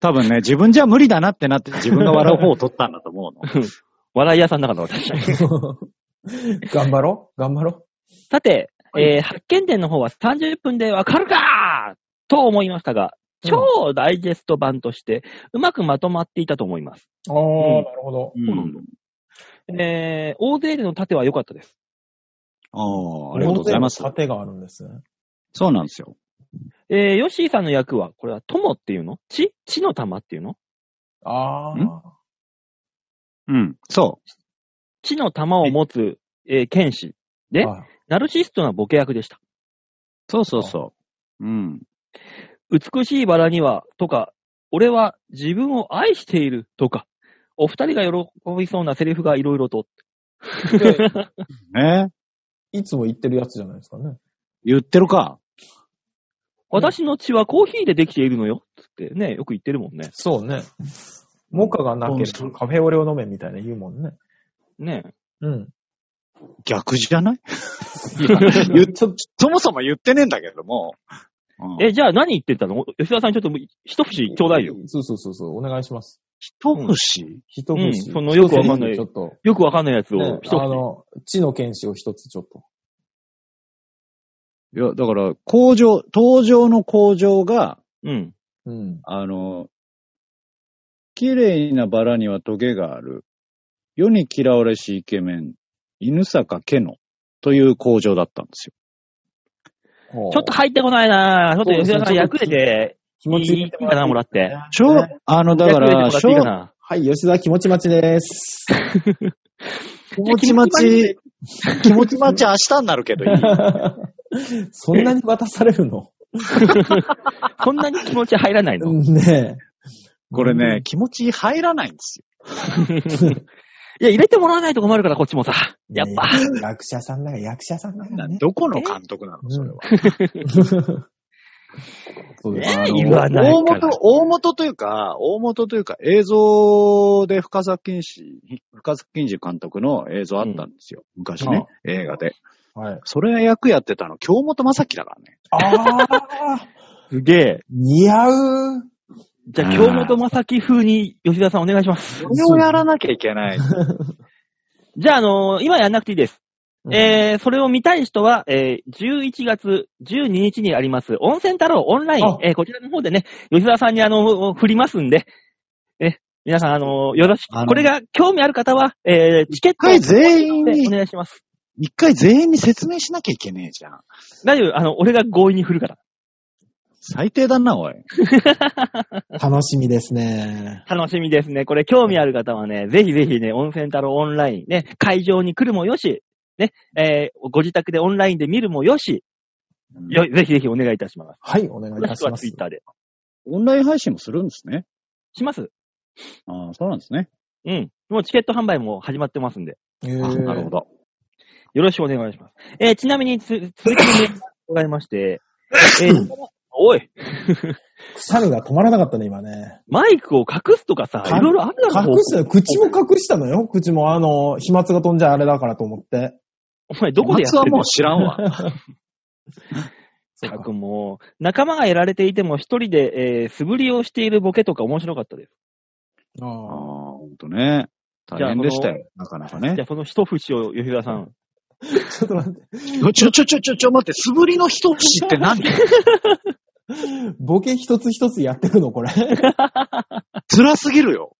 多分ね、自分じゃ無理だなってなって自分が笑う方を取ったんだと思う (laughs) の。
笑い屋さんだから、私。
(laughs) 頑張ろう頑張ろ
さて、えー発見伝の方は30分でわかるかと思いましたが、
うん
超ダイジェスト版として、うまくまとまっていたと思います。
う。ああ、
うん
なるほど。
う
なんだ。えー、大勢での盾は良かったです。
ああ、ありがとうございます
大。勢の盾があるんですね。
そうなんですよ。
えー、ヨッシーさんの役は、これは友っていうの地地の玉っていうの
あ
ん
あ。
うん。そ
地の玉を持つ、えー剣士。え
はい
ナルシストなボケ役でした。
う。そうそうそう。うん。
美しいバラには、とか、俺は自分を愛している、とか、お二人が喜びそうなセリフがいろいろと。
で
ね
(laughs) いつも言ってるやつじゃないですかね。
言ってるか。
私の血はコーヒーでできているのよ、つってね、よく言ってるもんね。
そうね。モカがなければカフェオレを飲めみたいな言うもんね。
ねえ
うん。
逆じゃないいや言っ
ちょっ
そもそも言ってねえんだけども。う
(laughs)
ん
え、じゃあ何言ってたの吉田さんちょっと一節ちょうだいよ。。
そうそうそうそう、お願いします。
一節
一節、
うんそのよくわかんない
ちょっと、
よくわかんないやつを
ね、
一
あ
節。
の、地の剣士を一つちょっと。
いや、だから、工場、登場の工場が、
うん。
うん。
あの、綺麗なバラにはトゲがある。世に嫌われしイケメン、犬坂家の、という工場だったんですよ。
ちょ
ちょっと入ってこないなちょっと吉田さん役れて、
気持ち
いいかな、もらって。
ちょ、あの、だか
役入
ら、
れてもらっ
して
いいか
ょ
な
はい、吉田気持ち待ちです。
気持ち待ち、気持ち待ち明日になるけどいい。
そんなに渡されるの
そんなに気持ち入らないの
ねえ。
(laughs) これね、気持ち入らないんですよ。
いや、入れてもらわないと困るから、こっちもさ。やっぱ。
ねえ。役者さんだから、役者さんだからね。
どこの監督なのそれは。
そうで
ね
す
え
あの
言わない
大
から
元、大元というか、大元というか、映像で深作金志、深作金志監督の映像あったんですよ。昔ね、映画で。
はい。
それ役やってたの、京本正樹だからね。
ああ、
すげえ。
似合う。
じゃあ、京本正樹風に吉田さんお願いします。
それをやらなきゃい
(laughs)
けない。
じゃあ、あのー今やんなくていいです。
うん
えー、それを見たい人は、えー、11月12日にあります、温泉太郎オンライン
あ、
えー、こちらの方でね、吉田さんにあの、振りますんで、え、皆さん、あのーよろし
あの
く、これが興味ある方は、えー、チケッ
一
ト
回全員
でお
に、
願いします。
一回全員に説明しなきゃいけねえじゃん。
大丈夫、あの、俺が強引に振るから。
最低だな、おい。
楽しみですね。
楽しみですね。これ、興味ある方はね、ぜひぜひね、温泉太郎オンライン、ね、会場に来るもよし、ね、えーご自宅でオンラインで見るもよし、よぜひぜひお願いいたします。
はい、お願いい
も
た
しく
し
は
ま
ツ
す
イッ。ターで。
オンライン配信もするんですね。
します
ああ、そうなんですね。
うん。もうチケット販売も始まってますんで、
えー
あなるほど。
よろしくお願いします。えーちなみにつ、続きにメールがございまして、え
(laughs)
ーおい、
くしゃみが止まらなかったね、今ね。
マイクを隠すとかさ、
か
いろいろあるだろ、
隠したよ。口も隠したのよ。口も、あの、飛沫が飛んじゃあれだからと思って。
お前どこでやって
松は
る
もう
の
知らんわ。
(laughs) たくんもう、仲間がやられていても一人で、えー素振りをしているボケとか面白かったです。
あ
ああ、
あ
ほんとね。大変でしたよ。なかなかね
じゃ。あ、その一節を吉田さん。
ちょっと待って。
ちょ、ちょ、ちょ、ちょ、ちょ、待って、素振りの一節って何
ボケ一つ一つやってくの、これ。
辛すぎるよ。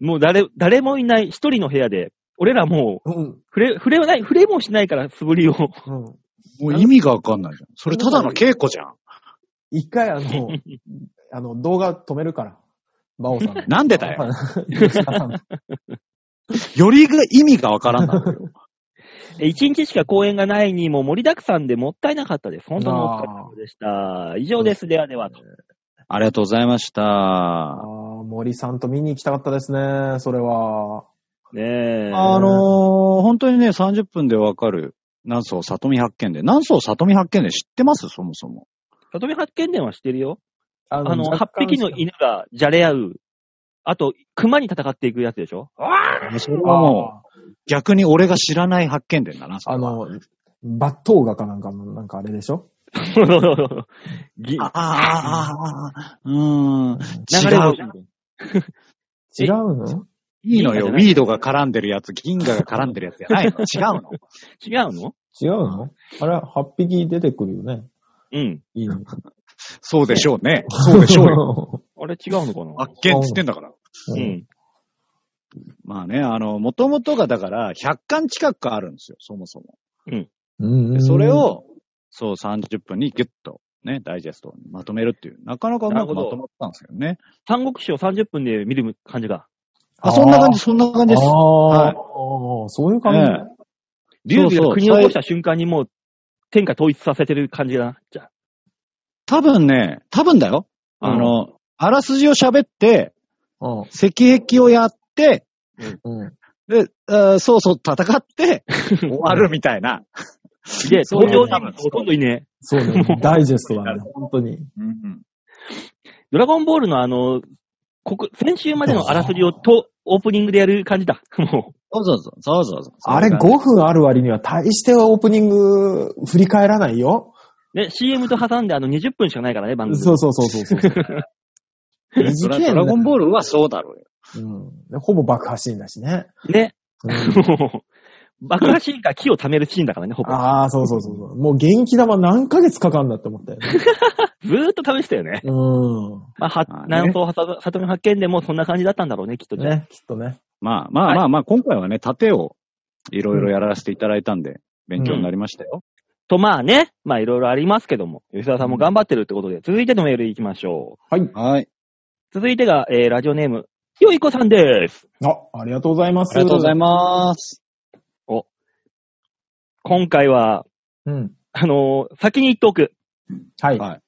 もう誰、誰もいない一人の部屋で、俺らもう、
うん。
触れ、触れはない、触れもしないから素振りを。
うん。
もう意味がわかんないじゃん。それただの稽古じゃん。
一回、あの、 (laughs) あの、動画止めるから。バオさんの。
(laughs) なんでだよ。
吉田さんの
よりが意味がわからんなる
(laughs)
よ。
え一日しか公演がないにも盛りだくさんでもったいなかったです。本当にお疲れ様でした。以上です。ではでは。
ありがとうございました
(laughs) あ。ー森さんと見に行きたかったですね、それは。
ねえ。
あのー本当にね、30分でわかる。南宋里見発見で。南宋里見発見で知ってますそもそも。
里見発見伝はしてるよ。
あ
あの、8
若干
匹の犬がじゃれ合う。あと、熊に戦っていくやつでし
(laughs)
ょ
それはもう、逆に俺が知らない発見伝だな。それ
あ
は
の、抜刀画かなんかの、なんかあれでしょ
ぎ
ああ、ああ、ああ、うーん。
流れ
違う
星。みたいな
違うの
いいのよ。
銀河じ
ウ
ゃない
ィードが絡んでるやつ、銀河が絡んでるやつじゃないの。違うの。
違うの
違うのあれ、8匹出てくるよね。
うん。
いいの。
そうでしょうね。そうでしょうよ。
(laughs) よ。
あれ違うのかな
発見っつってんだから。
う。ん。
まあね、あの、もともとがだから100巻近くあるんですよ、そもそも。
うんう
で
ん
それ、を、そう30分にギュッとね、ダイジェストにまとめるっていう、なかなかうまくまとまったんですけどね。
三国志を30分で見る感じが。
あ、そんな感じ、そんな感じです
あー。
はい
あー、そういう感じね。
え
劉備
そうそ
が
う
国を起こした瞬間にもう天下統一させてる感じだな。じゃあ。
多分ね、多分だよ。
うん
あの、あらすじを喋って、
うん
石壁をやって、
うん。
で、あーそうそう戦って、終わるみたいな。
で、
そう
登
いう
場人物ほとんどいねえ。
そうね。ダイジェスト
(laughs)
だね、本当に。
うん
ドラゴンボールのあの、ここ、先週までのあらすじをと、オープニングでやる感じだ。 (laughs) も
そうそうそう、そうそうそう。
あれ5分ある割には大してオープニング振り返らないよ。
う。ね、CM と挟んであの20分しかないからね、番組。
そうそうそうそう
(laughs)
そう。
それはドラゴンボールはそうだろうよ。
うんでほぼ爆破シーンだしね。
ね。 (laughs)
うん
もう、爆破シーンか木を貯めるシーンだからね、ほぼ。
ああ、そうそうそうそう。もう元気玉何ヶ月かかんだって思ったよね。
ずーっと試したよね。
う
まあ、は
まあね、
南総はさと里見発見でもそんな感じだったんだろうね、きっと
ん。
ね。
(laughs)
ね、きっとね。
まあまあまあまあ、今回はね、盾をいろいろやらせていただいたんで、勉強になりましたよ。
と、まあね、まあいろいろありますけども、吉沢さんも頑張ってるってことで、続いてのメール行きましょう。
はい。
続いてが、えー、ラジオネーム、よいこさんです。
あ、ありがとうございます。
ありがとうござい
ま
ます。
今回は、
す。うん。
あのー先に言っておく、
はい。
はい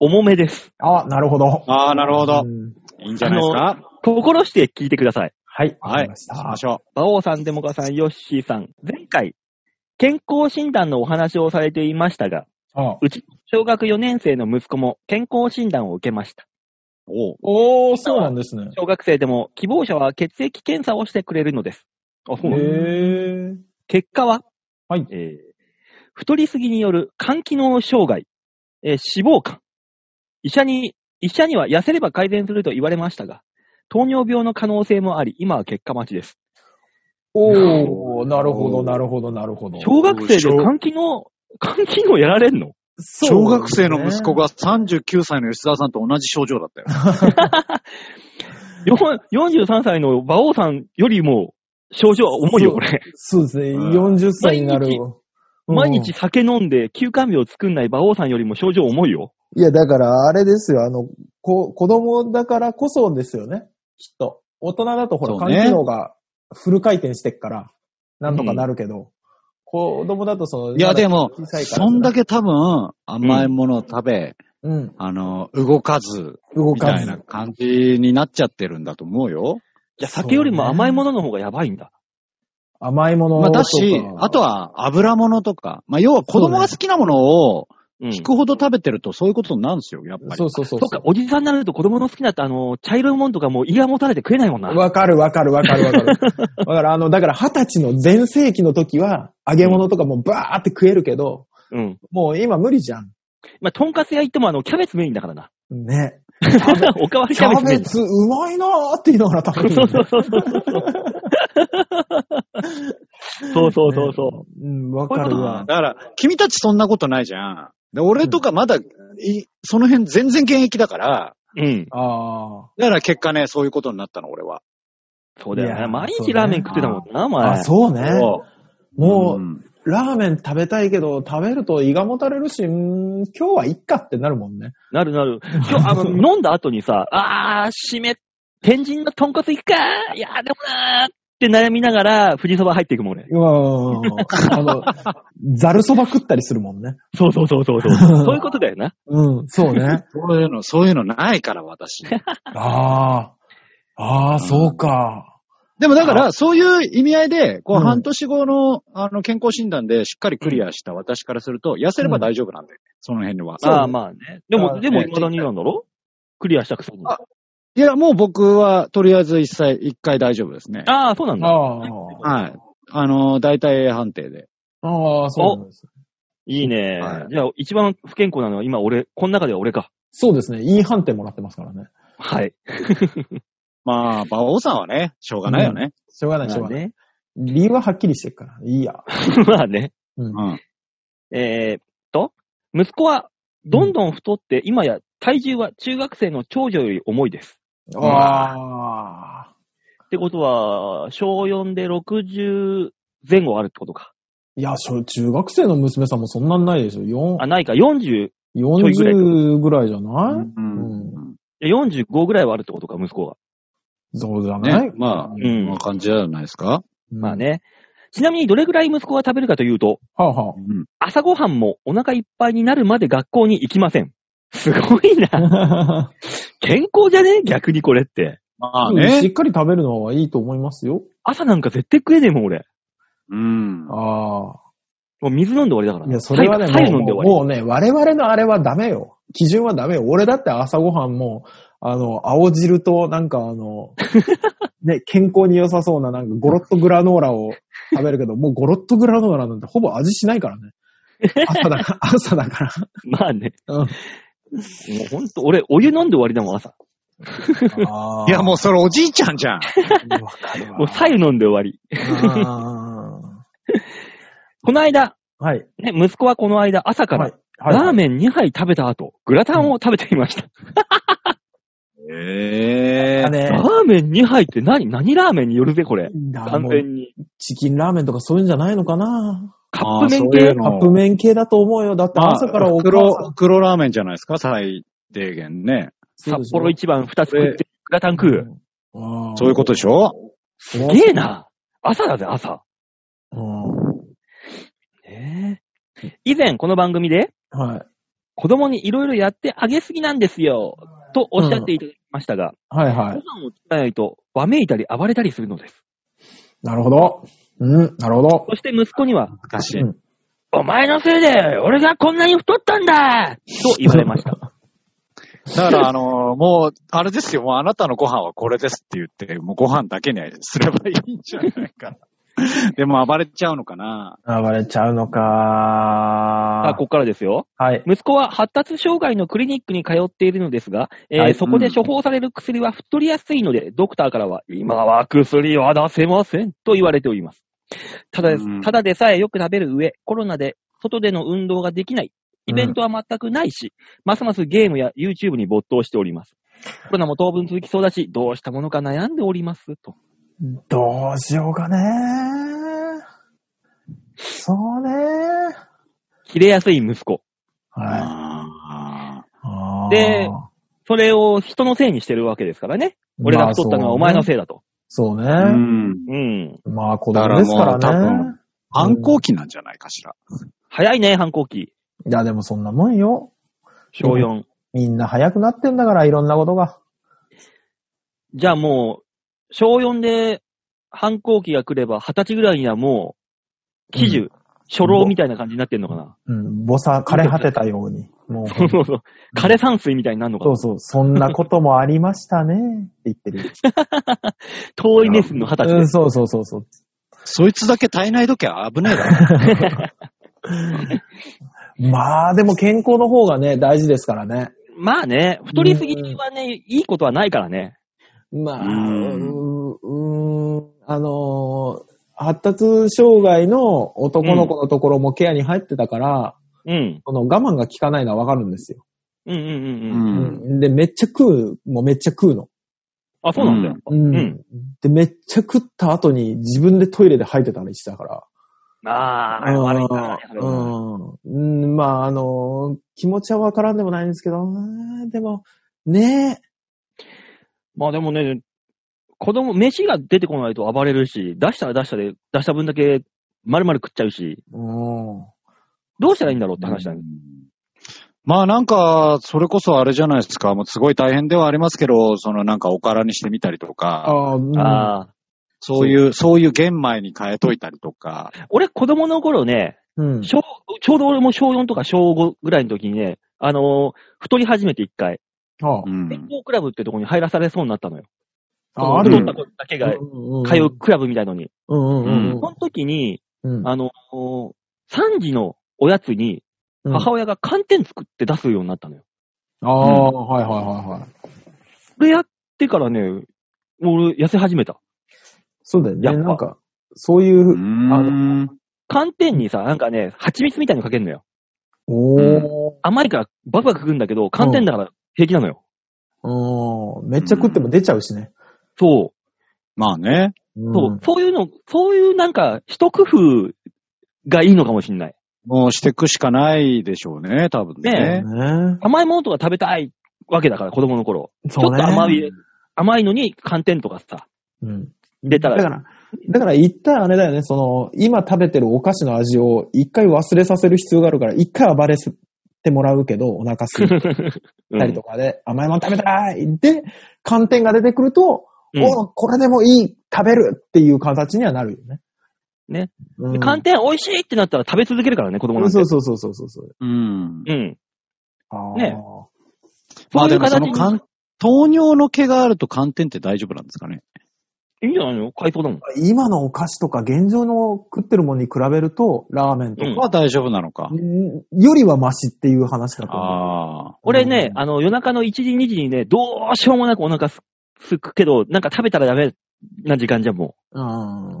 重めです。
あ、なるほど。
ああ、なるほど
う。ん
いいんじゃないですか。
心して聞いてください。
はい。わか
はい。
りまし
行き
た
ま。しょ
馬王さん、デモカさん、ヨッシーさん、前回、健康診断のお話をされていましたが、
あ
うち、小学4年生の息子も健康診断を受けました。
う。おう。
おー、そうなんですね。
小学生でも希望者は血液検査をしてくれるのです。あ、そ
へ
うなんだ
ー。
結果は、
はい
えー太りすぎによる肝機能障害、えー脂肪肝。医者に、医者には痩せれば改善すると言われましたが、糖尿病の可能性もあり、今は結果待ちです。
おー、なるほど、なるほど、なるほど。
小学生で肝機能、肝機能やられんの
小学生の息子が39歳の吉沢さんと同じ症状だったよ。
よ43歳の馬王さんよりも症状は重いよ、これ。
そうですね、
うん
40歳になる。うん
毎日酒飲んで休館日を作んない馬王さんよりも症状重いよ。
いや、だから、あれですよ、あの、こ、子供だからこそですよね。きっと。大人だとほら、
そう
肝
ね
機能がフル回転してっから、なんとかなるけど、子供だとその、
いや、
まだ
でも、
小さいから
そんだけ多分、甘いものを食べ、
うん、
あの、動かず、
動
みた
か
い
ず
な。感じになっちゃってるんだと思うよ。
じゃあ酒よりも甘いものの方がやばいんだ。
甘いもの
まあ、だ
と
し
か、
あと、は油物とか、まあ、要は子供が好きなものを
うん。
引くほど食べてるとそういうことになるんですよ、やっぱり。
そうそうそう
そうか、おじさんになると子供の好きなって、あの、茶色いもんとかもう胃がもたれて食えないもんな。
わかるわかるわかるわか (laughs) る。だから、あの、だから二十歳の全盛期の時は、揚げ物とかもバーって食えるけど、
うん。
もう今無理じゃん。
まあ、とんかつ屋行ってもあの、キャベツメインだからな。
ね。
(laughs) おかわり
キ
キャベ
ャ
ツメイ
ベ
ン。
ツうまいなーって言いながら食べる。
そうそうそうそう。そうそうそうそう。
う。ん、わかるわ。
だから、君たちそんなことないじゃん。で俺とかまだ、いその辺全然現役だから、
うん。
あ
だから結果ね、そういうことになったの、俺は。
そうだよ
い
ね。
や
毎日ラーメン食ってたもんな、お
あ。
前。
あ、そうね。
そう
もう、
ん
ラーメン食べたいけど、食べると胃がもたれるし、うーん今日はいっかってなるもんね。
なるなる。今日、あの、飲んだ後にさ、あー、締め、天神の豚骨行くかいやー、でもなーって悩みながら、富士そば入っていくもんね。
うわーあの、ざるそば食ったりするもんね。
そうそうそうそう。そう (laughs) そういうことだよな。
うん、そうね。
(laughs) そういうの、そういうのないから、
(laughs)
私。
ああ、ああ、そうか。
でもだから、そういう意味合いで、こう、
うん
半年後の、あの、健康診断でしっかりクリアした私からすると、痩せれば大丈夫なんで、その辺には。
まあまあね。で
あ
も、
ー
でも
ね
未だになんだろクリアしたくせに。
あいや、もう僕は、とりあえず一切、一回大丈夫ですね。
ああ、そうなんだ。
ああ、
はい。あの、大体 A 判定で。
ああ、そうなんです。
いいね
は。い
じゃあ、一番不健康なのは今俺、この中では俺か。
そうですね。いい判定もらってますからね。
はい。
まあ、馬王さんはね、しょうがないよね。
しょうがない、しょうがない。理由ははっきりしてるから。いいや。
(laughs) まあね。
うん
う。ん。
えーっと、息子はどんどん太って、今や体重は中学生の長女より重いです。
ああ。
ってことは、小4で60前後あるってことか。
いや、小中学生の娘さんもそんなんないでしょ。4
あ、ないか、40、いぐらい
40ぐらいじゃない、
うん
45ぐらいはあるってことか、息子が。
そうじゃない、
ね、まあ、こ
ん
んな感じじゃないですか。
うん
まあ。ね。ちなみにどれぐらい息子が食べるかというと、
はあ、は
うん。
朝ごはんもお腹いっぱいになるまで学校に行きません。すごいな。
(laughs) あ、
健康じゃね逆にこれって。
まあ
し
ね。
っかり食べるのはいいと思いますよ。
朝なんか絶対食えねえもん、俺。
うん。
あ
もう水飲んで終わりだから
あ。い
な。
や、それはね、
白湯白湯飲んで
もう
終わ
もうね、我々のあれはダメよ。基準はダメよ。俺だって朝ごはんも、あの、青汁と、なんかあ
(laughs)
の、ね、健康に良さそうな、なんか、ゴロッとグラノーラを食べるけど、もうゴロッとグラノーラなんてほぼ味しないか
(laughs)
らね。朝だから、朝だから。
り。まあね。
うん
もうほんと、俺、お湯飲んで終わりだもん、朝。
いや、もうそれおじいちゃんじゃん。
う、わかるわ。
もう白湯飲んで終わり。
あー
この間、
はい。
ね、息子はこの間、朝から
はいはい
ラーメン2杯食べた後、グラタンを食べていました。
ええ
だね
ラーメン2杯って何何ラーメンによるぜ、これ。完
に。
全に。
チキンラーメンとかそういうんじゃないのかな
カップ
あー
麺
そうい
系
うの
カップ麺系だと思うよ。だって
まあ
朝からお母
黒
さ、
黒ラーメンじゃないですか、最低限ね。
ん
札幌一番二つ食って、グラタン食う。
番
そういうことでしょ
す
すげえな。朝だぜ、朝。
は
ねえ以前、この番組で、
い。
子供にいろいろやってあげすぎなんですよ、とおっしゃっていただきましたが、
はいは
ご
い。
飯を作らないと、わめいたり暴れたりするのです。
なるほど。うん、なるほど。
そして息子には、
難しい。
うん
お前のせいで、俺がこんなに太ったんだと言われました。
だから、あのーもう、あれですよ、もうあなたのご飯はこれですって言って、もうご飯だけにすればいいんじゃないか (laughs) な。でも暴れちゃうのかな。
暴れちゃうの
さあ、
か
ここからですよ。
はい。
息子は発達障害のクリニックに通っているのですが、えー
はい
そこで処方される薬は太りやすいので、ドクターからは、今は薬は出せませんと言われております。ただで
うん
す、ただでさえよく食べる上、コロナで外での運動ができない、イベントは全くないし、ますますゲームや YouTube に没頭しております。コロナも当分続きそうだし、どうしたものか悩んでおります、と。
どうしようかねそうね
切れやすい息子。
は
あ
い。
で
あ
それを人のせいにしてるわけですからね。
ー
俺が太ったのはお前の
い。
せいだと。
そう
ーう
ね。
ん。
うん。
まあ、子供ですから
だからもう多
ね。
反抗期なんじゃないかしら。
早いね、反抗期。
いや、でもそんなもんよ。
小4。
みんな早くなってんだから、いろんなことが。
じゃあもう、小4で反抗期が来れば、二十歳ぐらいにはもう、基準、初老みたいな感じになってんのかな。
うん、ぼさ、枯れ果てたように。もう、
そうそうそう。枯山水みたいになるのか
そ
な
う。そう、そんなこともありましたね、って言ってる。
遠いネスの二十歳
う
で
ん、
す。
そうそうそうそう。
そいつだけ体内時計危ねえだろ。
まあ、でも健康の方がね、大事ですからね。
まあね、太りすぎはね、いいことはないからね。
まあ、う
う
ー
ん
ん、うーんあのー発達障害の男の子のところもケアに入ってたから、
うん。
この我慢が効かないのはわかるんですよ、
うんうんうん
う
うん。
ん。
で、めっちゃ食う、もうめっちゃ食うの。
あ、そうなんだよ。
うん
うん
で、めっちゃ食った後に自分でトイレで吐いてたりしてたから。
ああ、悪いからねそれ
う
は。
んうん。まあ、あの、気持ちはわからんでもないんですけど、うんでも、ね
まあでもね、子供、飯が出てこないと暴れるし、出したら出したで、出した分だけ丸々食っちゃうし、
え。うん。
どうしたらいいんだろうって話だね。
まあなんか、それこそあれじゃないですか。もうすごい大変ではありますけど、そのなんかおからにしてみたりとか、
あ、うん、
ああ。
そういう、そういう玄米に変えといたりとか。
俺、子供の頃ね、
うん。
小ちょうど俺も小4とか小5ぐらいの時にね、あのー太り始めて一回、
あ
うん
健。康クラブってとこに入らされそうになったのよ。
あ、あ
る
そ
る
の太っ
ん
た子
だ。
だけが
うん
通う。クラブみたいのに。
うんうんう
そ
ん
の時に、
うん。
あのー3時のおやつに
うん
母親が寒天作って出すようになったのよ。
ああ、はいはいはいはい。
それやってからね、俺、痩せ始めた。
そうだよ
やっ
ね。
ぱ
なんか、そういう、
うーん。
寒天にさ、なんかね、蜂蜜みたいにかけるのよ。
お
甘いからバクバク食うんだけど、寒天だから平気なのよ。
お、うん、めっちゃ食っても出ちゃうしね。
そう。
まあね。
う
そ
ん
う、そういうの、そういうなんか、一工夫がいいのかもしれない。
もうしていくしかないでしょうね、多分ね。
ね。
甘いものとか食べたいわけだから、子供の頃。ち
そ
ょっ
うね。
と甘い、甘いのに寒天とかさ、
うん。
入れた、
だからら、だから一旦あれだよね、その、今食べてるお菓子の味を一回忘れさせる必要があるから、一回暴れてもらうけど、お腹すいたりと
(laughs)
かで、甘いもの食べたいで、寒天が出てくると、
うん
おこれでもいい食べるっていう形にはなるよね。
ね。
う
うん
ん、
寒天美味しいってなったら食べ続けるからね、子供なんて。
そうそうそうそうそうそう。
うん。
うん。
あー
ね
まあでもそ
そうい
の
う形に
寒、糖尿の毛があると寒天って大丈夫なんですかね。
いいんじゃないの解凍だもん。
今のお菓子とか現状の食ってるものに比べると、ラーメンと
うん
まあ大丈夫なのか。
うんよりはマシっていう話だと思う。
ああ。
俺ね、
うん
あの、夜中の1時、2時にね、どうしようもなくお腹すすくけど、なんか食べたらダメな時間じゃんも
うん。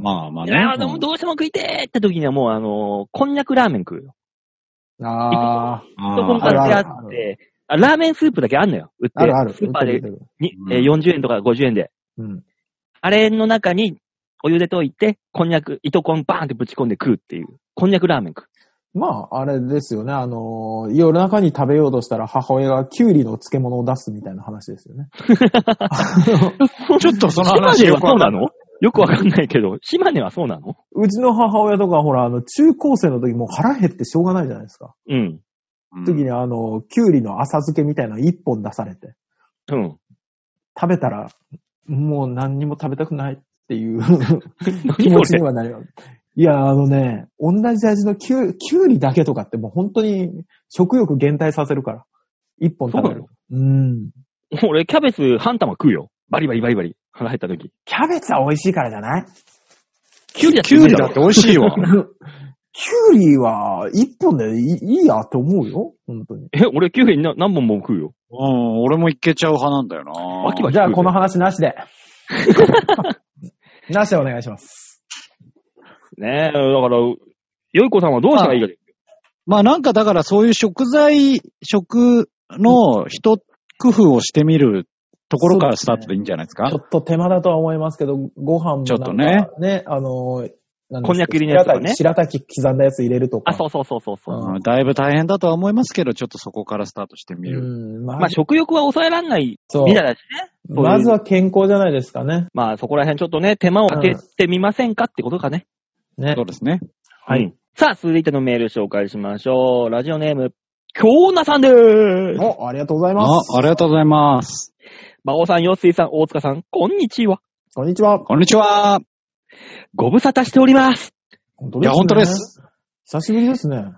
まあまあ
う。い
ね。
やーで
う
も
ん
どうしても食いてーって時にはもう、あのーこんにゃくラーメン食うよ。
ああ、
一本
あ
か
ー
ら手あ
あるあるあ
って、あラーメンスープだけあんのよ。売って
あるある。
スーパー
売っ
で
てる売ってる
に
うん
えー40円とか50円で。
うん。
あれの中にお湯で溶いて、こんにゃく、糸こんバーンってぶち込んで食うっていう。こんにゃくラーメン食う。
まあ、あれですよね。あのー夜中に食べようとしたら母親がキュウリの漬物を出すみたいな話で
(laughs)
すよね。
ちょっとその
島
話
根
よ
は
く
そ
わ
う
か
なん
ない
のよくわかんないけど、島根はそうなの
うちの母親とかほら、あの、中高生の時もう腹減ってしょうがないじゃないですか。
うん。
うん
時にあの、キュウリの浅漬けみたいなの一本出されて、
うん。
食べたら、もう何にも食べたくないっていう気持
何そ
ちに
れ
はなるよ。いや、あのね、同じ味のキュウキュウリだけとかってもう本当に食欲減退させるから。一本食べる。うん。
俺、キャベツ半玉食うよ。バリバリバリバリ。腹減った時。
キャベツは美味しいからじゃ (laughs) ない
キュウリだ
キュウリだって美味しいわ。
キュウリは一本でいいいいやって思うよ。本当に。
(laughs) え、俺キュウリな何本も食うよ。
うん、俺もいけちゃう派なんだよな。
秋葉
じゃあこの話なし (laughs) で。なしでお願いします。
ねえ、だから、よいこさんはどうしたらいいかで。
まあなんかだからそういう食材、食の一工夫をしてみるところからスタートでいいんじゃないですか
ちょっと手間だとは思いますけど、ご飯もなんか
ちょっとね。
ね、あの、なんですか
こんにゃく入りのやつとかね
白滝白滝刻んだやつ入れるとか。
あ、そうそうそうそうそう。
うん
うんだいぶ大変だとは思いますけど、ちょっとそこからスタートしてみ
う
る。
ん、ま
まあ、食欲は抑えられない
そう
リーダーだしね。そういう
まずは健康じゃないですかね。
まあ、そこら辺ちょっとね、手間をかけてみませんかってことかね。
ね
そ。うですね。
はい
うん。さあ、続いてのメール紹介しましょう。ラジオネーム、京奈さんでーす。
お、ありがとうございま
あ、
す。
ありがとうございます。
馬王さん、よっすいさん、大塚さん、こんにちは。
こんにちは。
こんにちは。
ご無沙汰しております。
本当
いや本当です。
久しぶりですね。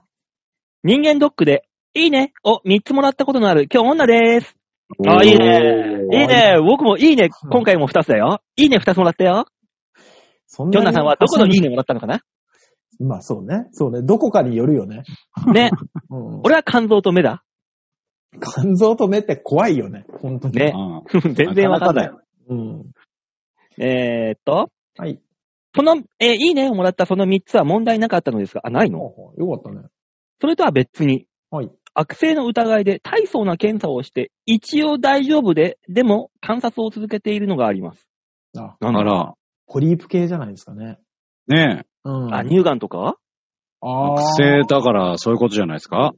人間ドックで、いいねを3つもらったことのある京女でーす。あ、いいね。いいね。僕もいいね。今回も2つだよ。いいね2つもらったよ。
そん
京
に
奈さんはどこのいいねもらったのかな
まあそうね。そうね。どこかによるよね。
ね。
うん。
俺は肝臓と目だ。 (laughs)
肝臓と目って怖いよね。本当に。
ね
う。ん
全然わかんない。
うん。
えーっと、
はい。
その、えーいいねをもらったその3つは問題なかったのですが、あ、ないの
ほうほうよかったね。
それとは別に、
はい。
悪性の疑いで大層な検査をして、一応大丈夫で、でも観察を続けているのがあります。
あ、
な
あら、
ポリープ系じゃないですかね。
ねえ、
うん。
あ、乳がんとか
あ
学
ー
生だからそういうことじゃないですか。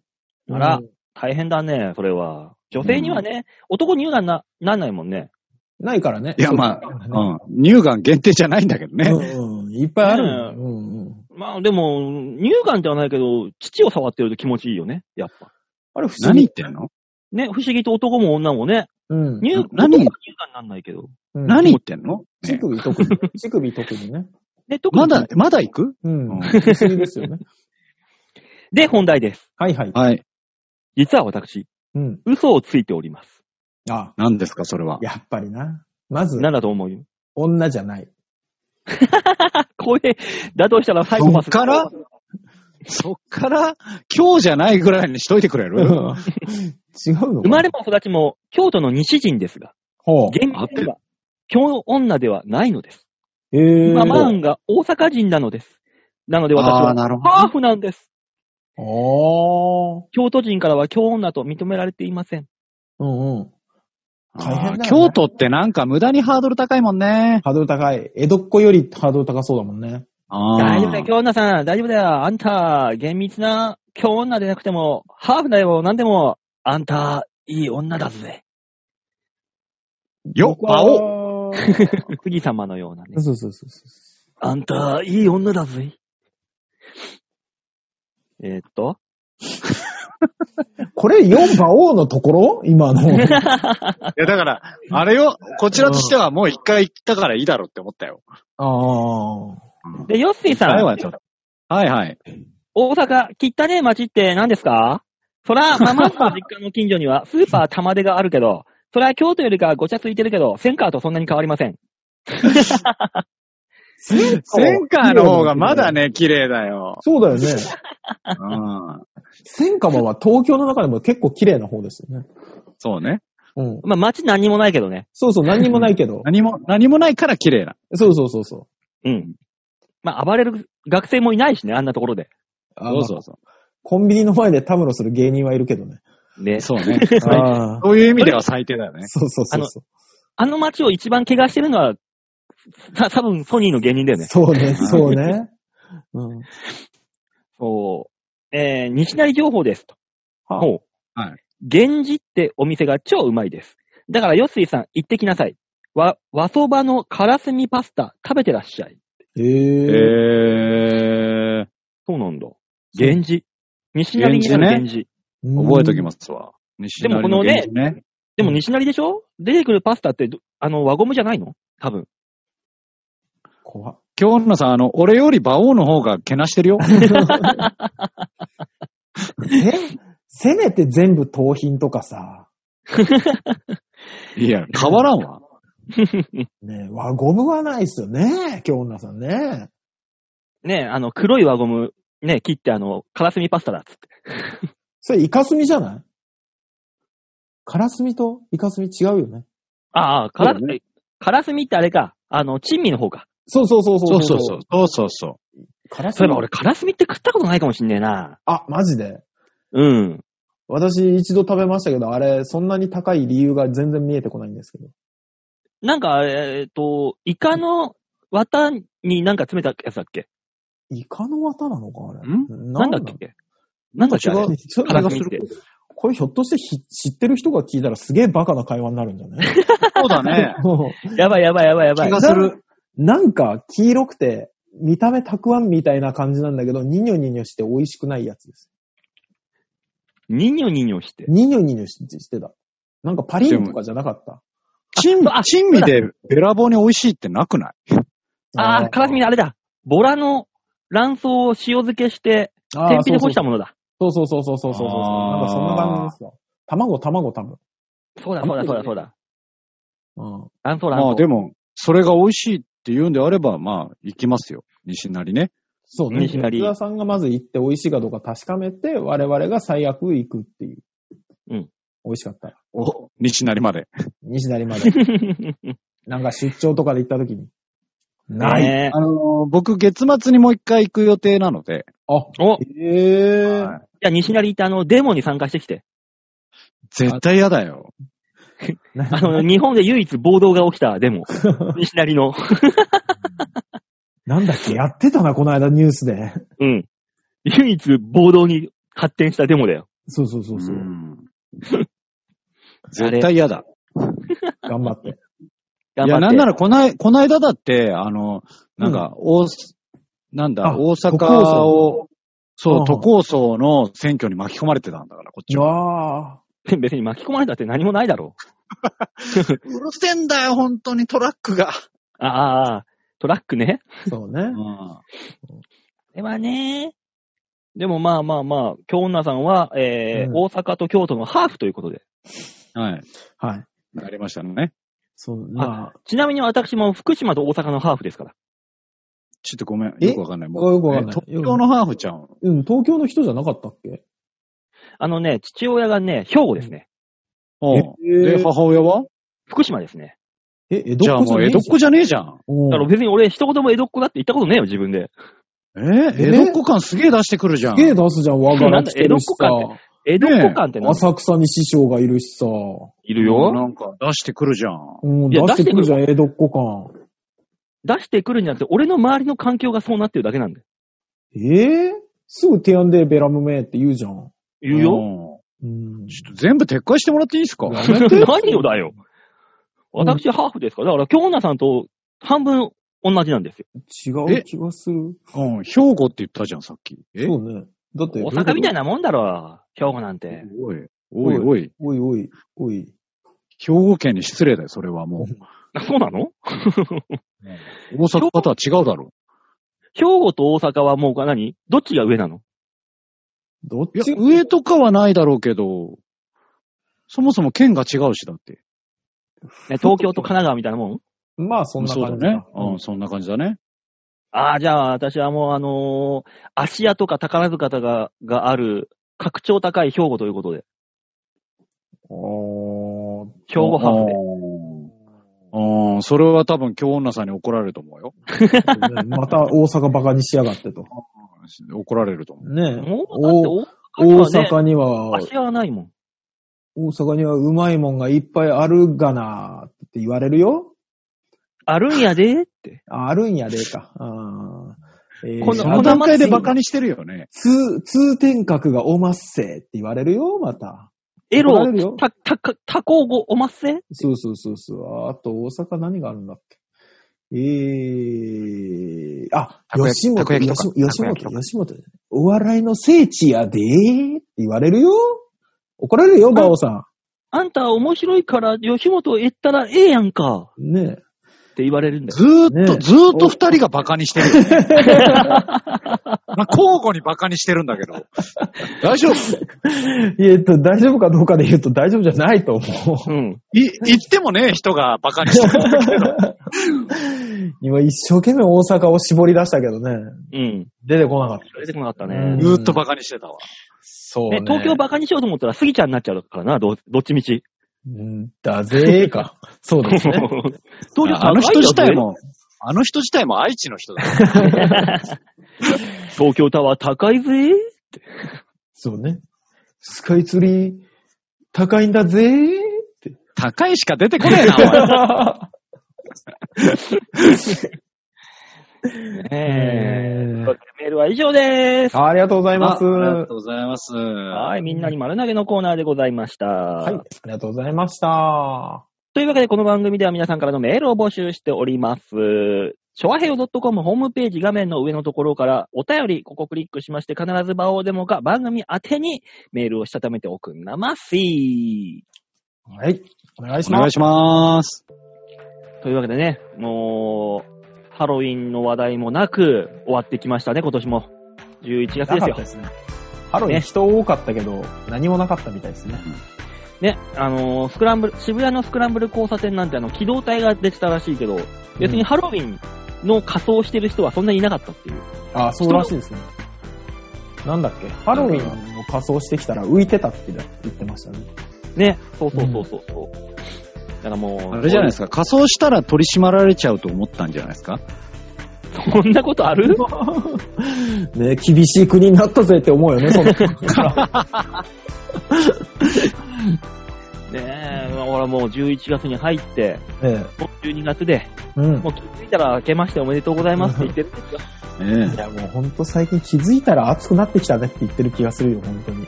あら
うん
大変だね、それは。女性にはね、男乳がんな、なんないもんね。
ないからね。
いやまあ
そうだね
うん。乳がん限定じゃないんだけどね。
うんうんいっぱいあるんだよ。
ね
うんうん。
まあでも、乳がんではないけど、乳を触ってると気持ちいいよね、やっぱ。
あれ不思
何言
議
っ。てんの
ね、不思議と男も女もね、
うん
乳、男は
何
乳がんなんないけど。
うん
何言ってんの
乳
ね
首特に。乳首特にね。
ね、特に
まだ、まだ行く
うん。不
うん
思議ですよね。
で、本題です。
はいはい。
はい。
実は私、
うん。
嘘をついております。
あ、
何ですか、それは。
やっぱりな。まず、
なんだと思う (laughs)
女じゃない。
これ、だとしたら最後
そ
ま
っからそっから、今日じゃないぐらいにしといてくれ
違う
る
の
生まれ
れ
も育ちも京都の西人ですが、
ほう。
現実には京女ではないのです。
えー
ママンが大阪人なのです。なので私
ああー、
は
なるほど。
ハーフなんです。
おー。
京都人からは京女と認められていません。
うんうん。大変だよね
あー京都ってなんか無駄にハードル高いもんね。
ハードル高い。江戸っ子よりハードル高そうだもんね。
大
大
丈夫だよ、京女さん。大丈夫だよ。あんた、厳密な京女でなくても、ハーフだよ、なんでも。あんた、いい女だ
(laughs)
ぜ。
よ、
あ
馬王。
お
杉様のようなね。
(laughs) そうそうそうそう。
あんた、いい女だぜ。えーっと。 (laughs)
これ4馬王のところ今の。
いや、だから、あれよ、こちらとしてはもう一回行ったからいいだろうって思ったよ。
ああ。
で、ヨッシーさん。
最後はちょっと。はいはい。
大阪、汚ねえ街って何ですかそら、ママの実家の近所に
(laughs)
はスーパー玉出があるけど、そら京都よりかごちゃついてるけど、センカーとそんなに変わりません。
セン
センカーの方がまだ。ね、綺麗だよ。
そうだよね。
うん。
千釜は東京の中でも結構綺麗な方ですよね。
そうね。
うん。
まあ、街何にもないけどね。
そうそう、何にもない
(laughs)
けど。
何も、何もないから綺麗な。
そうそうそうそう。
うん。まあ、暴れる学生もいないしね、あんなところで。
あ
そうそうそう。
コンビニの前でたむろする芸人はいるけどね。
ね。
そうね。
ああ。
そういう意味では最低だよね。
(laughs) そうそうそうそ
あの街を一番怪我してるのは、た多分ソニーの芸人だよ
う。
ね。
そうね、そうね。 (laughs) うん。
そう。えー、西成情報ですと。
は
ほう。
はい。
源氏ってお店が超うまいです。だから、よっすいさん、行ってきなさい。わ、和そばのからすみパスタ、食べてらっしゃい。
ええ
えー、
そうなんだ。源氏。西成にある
源氏ね
源氏。
覚えとき
す。
ますわ。西
でも
成
こ
の
のね
源氏ね。
でも西成でしょ出てくるパスタってど、あの、輪ゴムじゃないの多分。
怖っ
今日のさん、あの、俺より馬王の方がけなしてるよ。
えせめて全部盗品とかさ、
(laughs) いや、変わらんわ。
ね、輪ゴムはないっすよね、京女さんね。
ねあの、黒い輪ゴム、ね、切って、あの、からすみパスタだっつって。
それイカスミじゃないカラスミとイカスミ違うよね。
ああ、から、
そうだ
えからすみってあれか。あの、珍味の方か。
そうそうそうそ
そううそうそう。。そうそうそ
カラス
そういえ
ミ
ば俺、からすみって食ったことないかもしんねえな。
あ、マジで。
うん。
私一度食べましたけど、あれ、そんなに高い理由が全然見えてこないんですけど。
なんか、えっ、と、イカの綿になんか詰めたやつだっけ
イカの綿なのかあれ。
ん。
な
なんだっけなんだっけ
違
あれ
う。ちょっと
カラ
気
スミ
がす
って
る。これひょっとしてひ知ってる人が聞いたらすげえバカな会話になるんじゃないう
そうだね。
やばいやばいやばいやばい
気。がする。
なんか黄色くて、見た目たくあんみたいな感じなんだけど、ニニョニニョして美味しくないやつです。
ニニョニニョして。
ニニョニニョしてた。なんかパリンとかじゃなかった。
(laughs) 珍
あ
珍味でべらぼうに美味しいってなくない
ああ、からすみあれだ。ボラの卵巣を塩漬けして、天日で干したものだ。
そうそうそうそうそうそうそう。
あー
なんかそんな感じですよ。卵、卵、多分。
そうだそうだそうだそうだ。
うん。
卵巣
(laughs) まあ
卵
で
巣。
も、それが美味しいって言うんであれば、まあ、行きますよ。西成ね。
そうね。
西成
吉田さんがまず行って美味しいかどうか確かめて、我々が最悪行くっていう。
うん。
美味しかったら。
お、西成まで。
西成まで。
(laughs)
なんか出張とかで行った時に。ない。
ね
(laughs) あのー僕、月末にもう一回行く予定なので。
あ、
えお、じ
ええ
はい
ゃあ西成ってあの、デモに参加してきて。
絶対嫌だよ。
あの、日本で唯一暴動が起きたデモ。西成の。
なんだっけやってたな、この間ニュースで。
うん。唯一暴動に発展したデモだよ。
そうそうそうそう。
ん (laughs) 絶対嫌だ。
頑張って。
頑
い
張って。
や、なんならこない、こないだだって、あの、なんか、大す、なんだ
あ、
大
都
阪
構想
を、
う
そ
ん
う、都構想の選挙に巻き込まれてたんだから、こっちは。
わ
(laughs) 別に巻き込まれたって何もないだろ
うるせえんだよ、本当にトラックが。
う。ああ、トラックね。
ー。そう
う
ね。
ん。
ではね。でもまあまあまあ、京女さんは、えー
うん
大阪と京都のハーフということで。
はい。
はい。
なりましたね。
そう、まあ、
ちなみに私も福島と大阪のハーフですから。
ちょっとごめん。
え
よくわかんない。もう
よくわかんない
え東京のハーフちゃん。
うん、東京の人じゃなかったっけ
あのね、父親がね、兵庫ですね。
うん。
えー
で、母親は
福島ですね。
え、江戸
じゃ
っ
あ
子じ
も
ゃ
う
ねえ
江戸っ子
じ
じゃねえじゃん。
ゃん。
だから別に俺一言も江戸っ子だって言ったことねえよ、自分で。
えー江戸っ子感すげえ出してくるじゃん。
すげえ出すじゃん、和柄着てるしさ。
なんだ江戸っ子江戸っ子感ってなんだ
浅草に師匠がいるしさ。
いる
な
よ。
んか出してくるじゃん。
うん、
い
出
や
してくるじゃん、江戸っ子感。
出してくるんじゃなくて、俺の周りの環境がそうなってるだけなんだよ。
えぇ、すぐ提案でベラムメって言うじゃん。
言うよ。
よ。
うん。
ちょっと全部撤回してもらっていいですか
や
(laughs)
(laughs) 何よだよ。私ハーフですから。だから京女さんと半分同じなんですよ。
違う気がする。
うん、兵庫って言ったじゃん、さっき。え
そうね。だって、
大阪みたい
な。
なもんだろ。兵庫なんて。
おい、おい、おい、
おいおい、おい。
兵庫県に失礼だよ、それはも
あそうなの
う。大阪とは違うだろ
兵庫と大阪はもう何どっちが上なの
どっ
う。い
ち
や、上とかはないだろうけど、そもそも県が違うし、だって。
ね東京と神奈川みたいなもん
まあ、そんな
そうだ
感じ
ね
だ。。
うん、そんな感じだね。
ああ、じゃあ私はもうあのー、芦屋とか宝塚とかがある、格調高い兵庫ということで。
おー
兵庫ハーフで。
うんうん、それは多分京女さんに怒られると思うよ。
(laughs) また大阪バカにしやがってと。
怒られると思う。
ねえ。
もうだって大
大
にはね。
阪には、
足はないもん。
大阪にはうまいもんがいっぱいあるがなって言われるよ。
あるんやでって。
ああるんやでか。あーえー
この
そ
その
の
段階でバカにしてるよね。
通、通天閣がおまっせって言われるよ、また。
エ
怒られ
ロ
るよ、
た、た、た、たこうごおまっせ
そうそうそうそう。あと大阪何があるんだっけえー、あ、
たこ焼き
吉
たこ
本、
焼きとか
吉本、
た
吉
こ焼きと
本、
か
吉本。お笑いの聖地やでーって言われるよ。怒られるよ、バオさ
あんた面白いから吉本行ったらええやんか。
ん。ねえ
って言われるんだよ。
ずーっと、
ね
ずーっと二人がバカにしてるよね、まあ交互にバカにしてるんだけど。大丈夫
えっと、大丈夫かどうかで言うと大丈夫じゃないと思う。 (laughs)
うん。
い、言ってもね、人がバカにしてるんだけど。
今一生懸命大阪を絞り出したけどね、
うん。
出てこなかっ
出てこなかった
う
ね
ん。
ずーっとバカにしてたわ。
そう
ね、東京バカにしようと思ったら、スギちゃんになっちゃうからな、どどっちみち。
うんだぜ
(laughs)
ーか。そうですね。
(laughs) 東京
あの人自体も、あの人自体も愛知の人だ。
東京タワー高いぜ。
そうね。スカイツリー、高いんだぜー。
(laughs)
高いしか出てこねえな、お前。
ねえ
え
というわけでメールは以上です。
ありがとうございます。
ああり
は、
がとうございます。
はい、みんなに丸投げのコーナーでございました。はい
ありがとうございました。
というわけで、この番組では皆さんからのメールを募集しております。ショアヘヨ .com ホームページ画面の上のところからお便り、ここクリックしまして、必ず場をデモか番組宛てにメールをしたためておくんなまし
はい、お願いし
お願
ま
い
す。
します。
というわけでね、もう、ハロウィンの話題もなく終わってきましたね、今年も。11月
な
で
か
す
っ
よ
た。ですね。ハロウィン人多かったけど、何もなかったみたいですね。
ね、あのースクランブル、渋谷のスクランブル交差点なんてあの、機動隊が出てたらしいけど、別にハロウィンの仮装してる人はそんなにいなかったっていう。
あ、そうらしいですね。なんだっけハロウィンを仮装してきたら浮いてたって言ってましたね。
ね、そうそうそうそうそう。だからもう、
あれじゃないですすか、仮装したら取り締まられちゃうと思ったんじゃないですか
か。そんなことある
(laughs) ね厳しい国になったぜって思うよね、その
ねえ、ほらもう11月に入って、
ええ
もう12月で、
うん
も。う気づいたら明けましておめでとうございますって言ってるんですよ。
ね
いや、もうほんと最近気づいたら暑くなってきたねって言ってる気がするよ、ほんとに。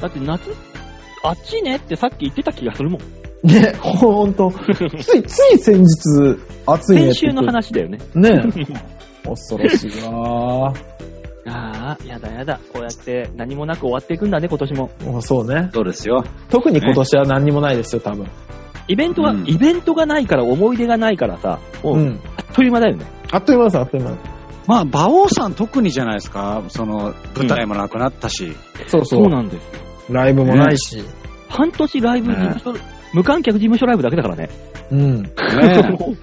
だって夏、あっちねってさっき言ってた気がするもん。
ね、ほん (laughs) と。つい、つい先日、暑いね
先
って
週
言
の
って。
話だよね。
(laughs) ね。恐ろしいわ
ああ、やだやだ。こうやって何もなく終わっていくんだね、今年も。
ーもうそうね。
そうですよ。
特に今年は何にもないですよ、多分。
イベントは、
うん
イベントがないから、思い出がないからさ、も
う
う、
ん。
あっという間だよね。
あっという間です、あっという間です。
まあ、馬王さん特にじゃないですか、その、舞台もなくなったし、
そうそ
そう
う。
なんです。
ライブもないし。
半年ライブ、事
ね
務所、無観客事務所ライブだけだからね。
うん。
ね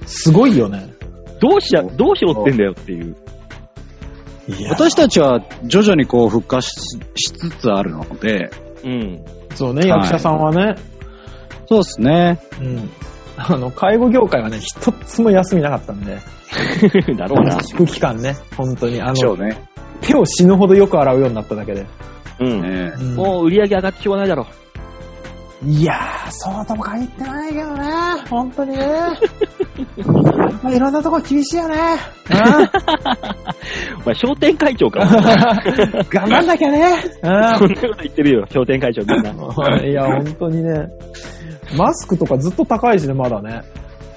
すごいよね。
(laughs) どうしや、どうしろってんだよっていう。
いや
私たちは徐々にこう復活ししつつあるので、
うん。
そうね、役者さんはね。
そうですね。
うん。あの、介護業界はね、一つも休みなかったんで。
(laughs) だろうな。
自粛期間ね、本当に。あ
そ
の
う、ね。
手を死ぬほどよく洗うようになっただけで。
うん。
ね
もう売り上げ上がってしょうがないだろ
いやー、そうとも限ってないけどね、本当にね。やっぱいろんなとこ厳しいよね。うん
う。お前、商店会長
(laughs)
か。
頑張んなきゃね。
そんなこと言ってるよ、商店会長みんな。
うんいや、本当にね。マスクとかずっと高いしね、まだね。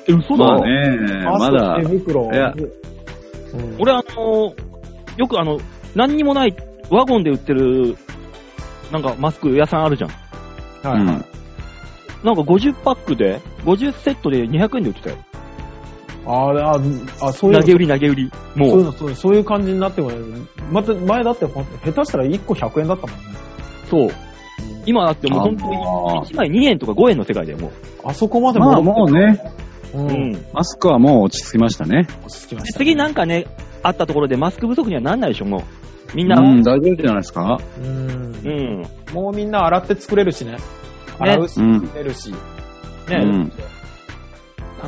え嘘
ま
だ
あ
ろ。
ね、
マス
ま
ク
だ
手、袋。
いや
うん
俺、あのー、よくあの、何にもない、ワゴンで売ってる、なんかマスク屋さんあるじゃん。
は
う
い
ん
なんか50パックで、50セットで200円で売ってたよ。
あーあ、あ、そうい
投
う
げ
の。
売り投げ売り。
そうい
も
う
う、
のそういうのそういう感じになってもねまた前だってほんと下手したら1個100円だったもんね。
そう。今だってもう
あ
本当に1枚2円とか5円の世界だよ、も
あそこまで
ま
戻
あも
っ
う
て
ね、
う
う。
ん。
で
マスクはもう落ち着きましたね。
落ち着きましたね
次なんかね、あったところでマスク不足にはなんないでしょ、もう。みんな、
うん、大丈夫じゃないですか。
うん
うん。ね、
もうみんな洗って作れるしね。洗うし、
うん。
作れるし。ね。
うん
だ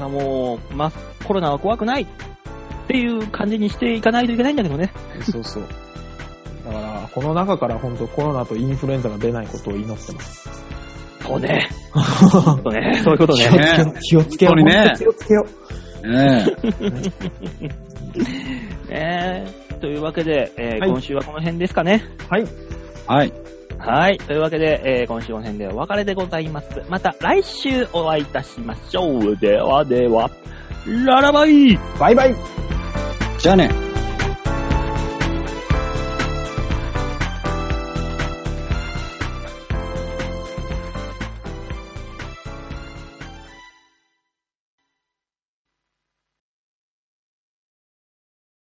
からもう、マス、コロナは怖くないっていう感じにしていかないといけないんだけどね。
そうそう。だから、あ、この中から本当コロナとインフルエンザが出ないことを祈ってます。
そうね。そうね。そういうこと (laughs) ね。
気をつけよう。
本当にね
本当気をつけよ
ねえ。
ねえというわけで、えー
はい
今週はこの辺ですかね。
う。はい。
はい。
はい。というわけで、えー今週この辺でお別れでございます。また来週お会いいたしましょう。ではでは、ララバイ
バイバイ
じゃあね。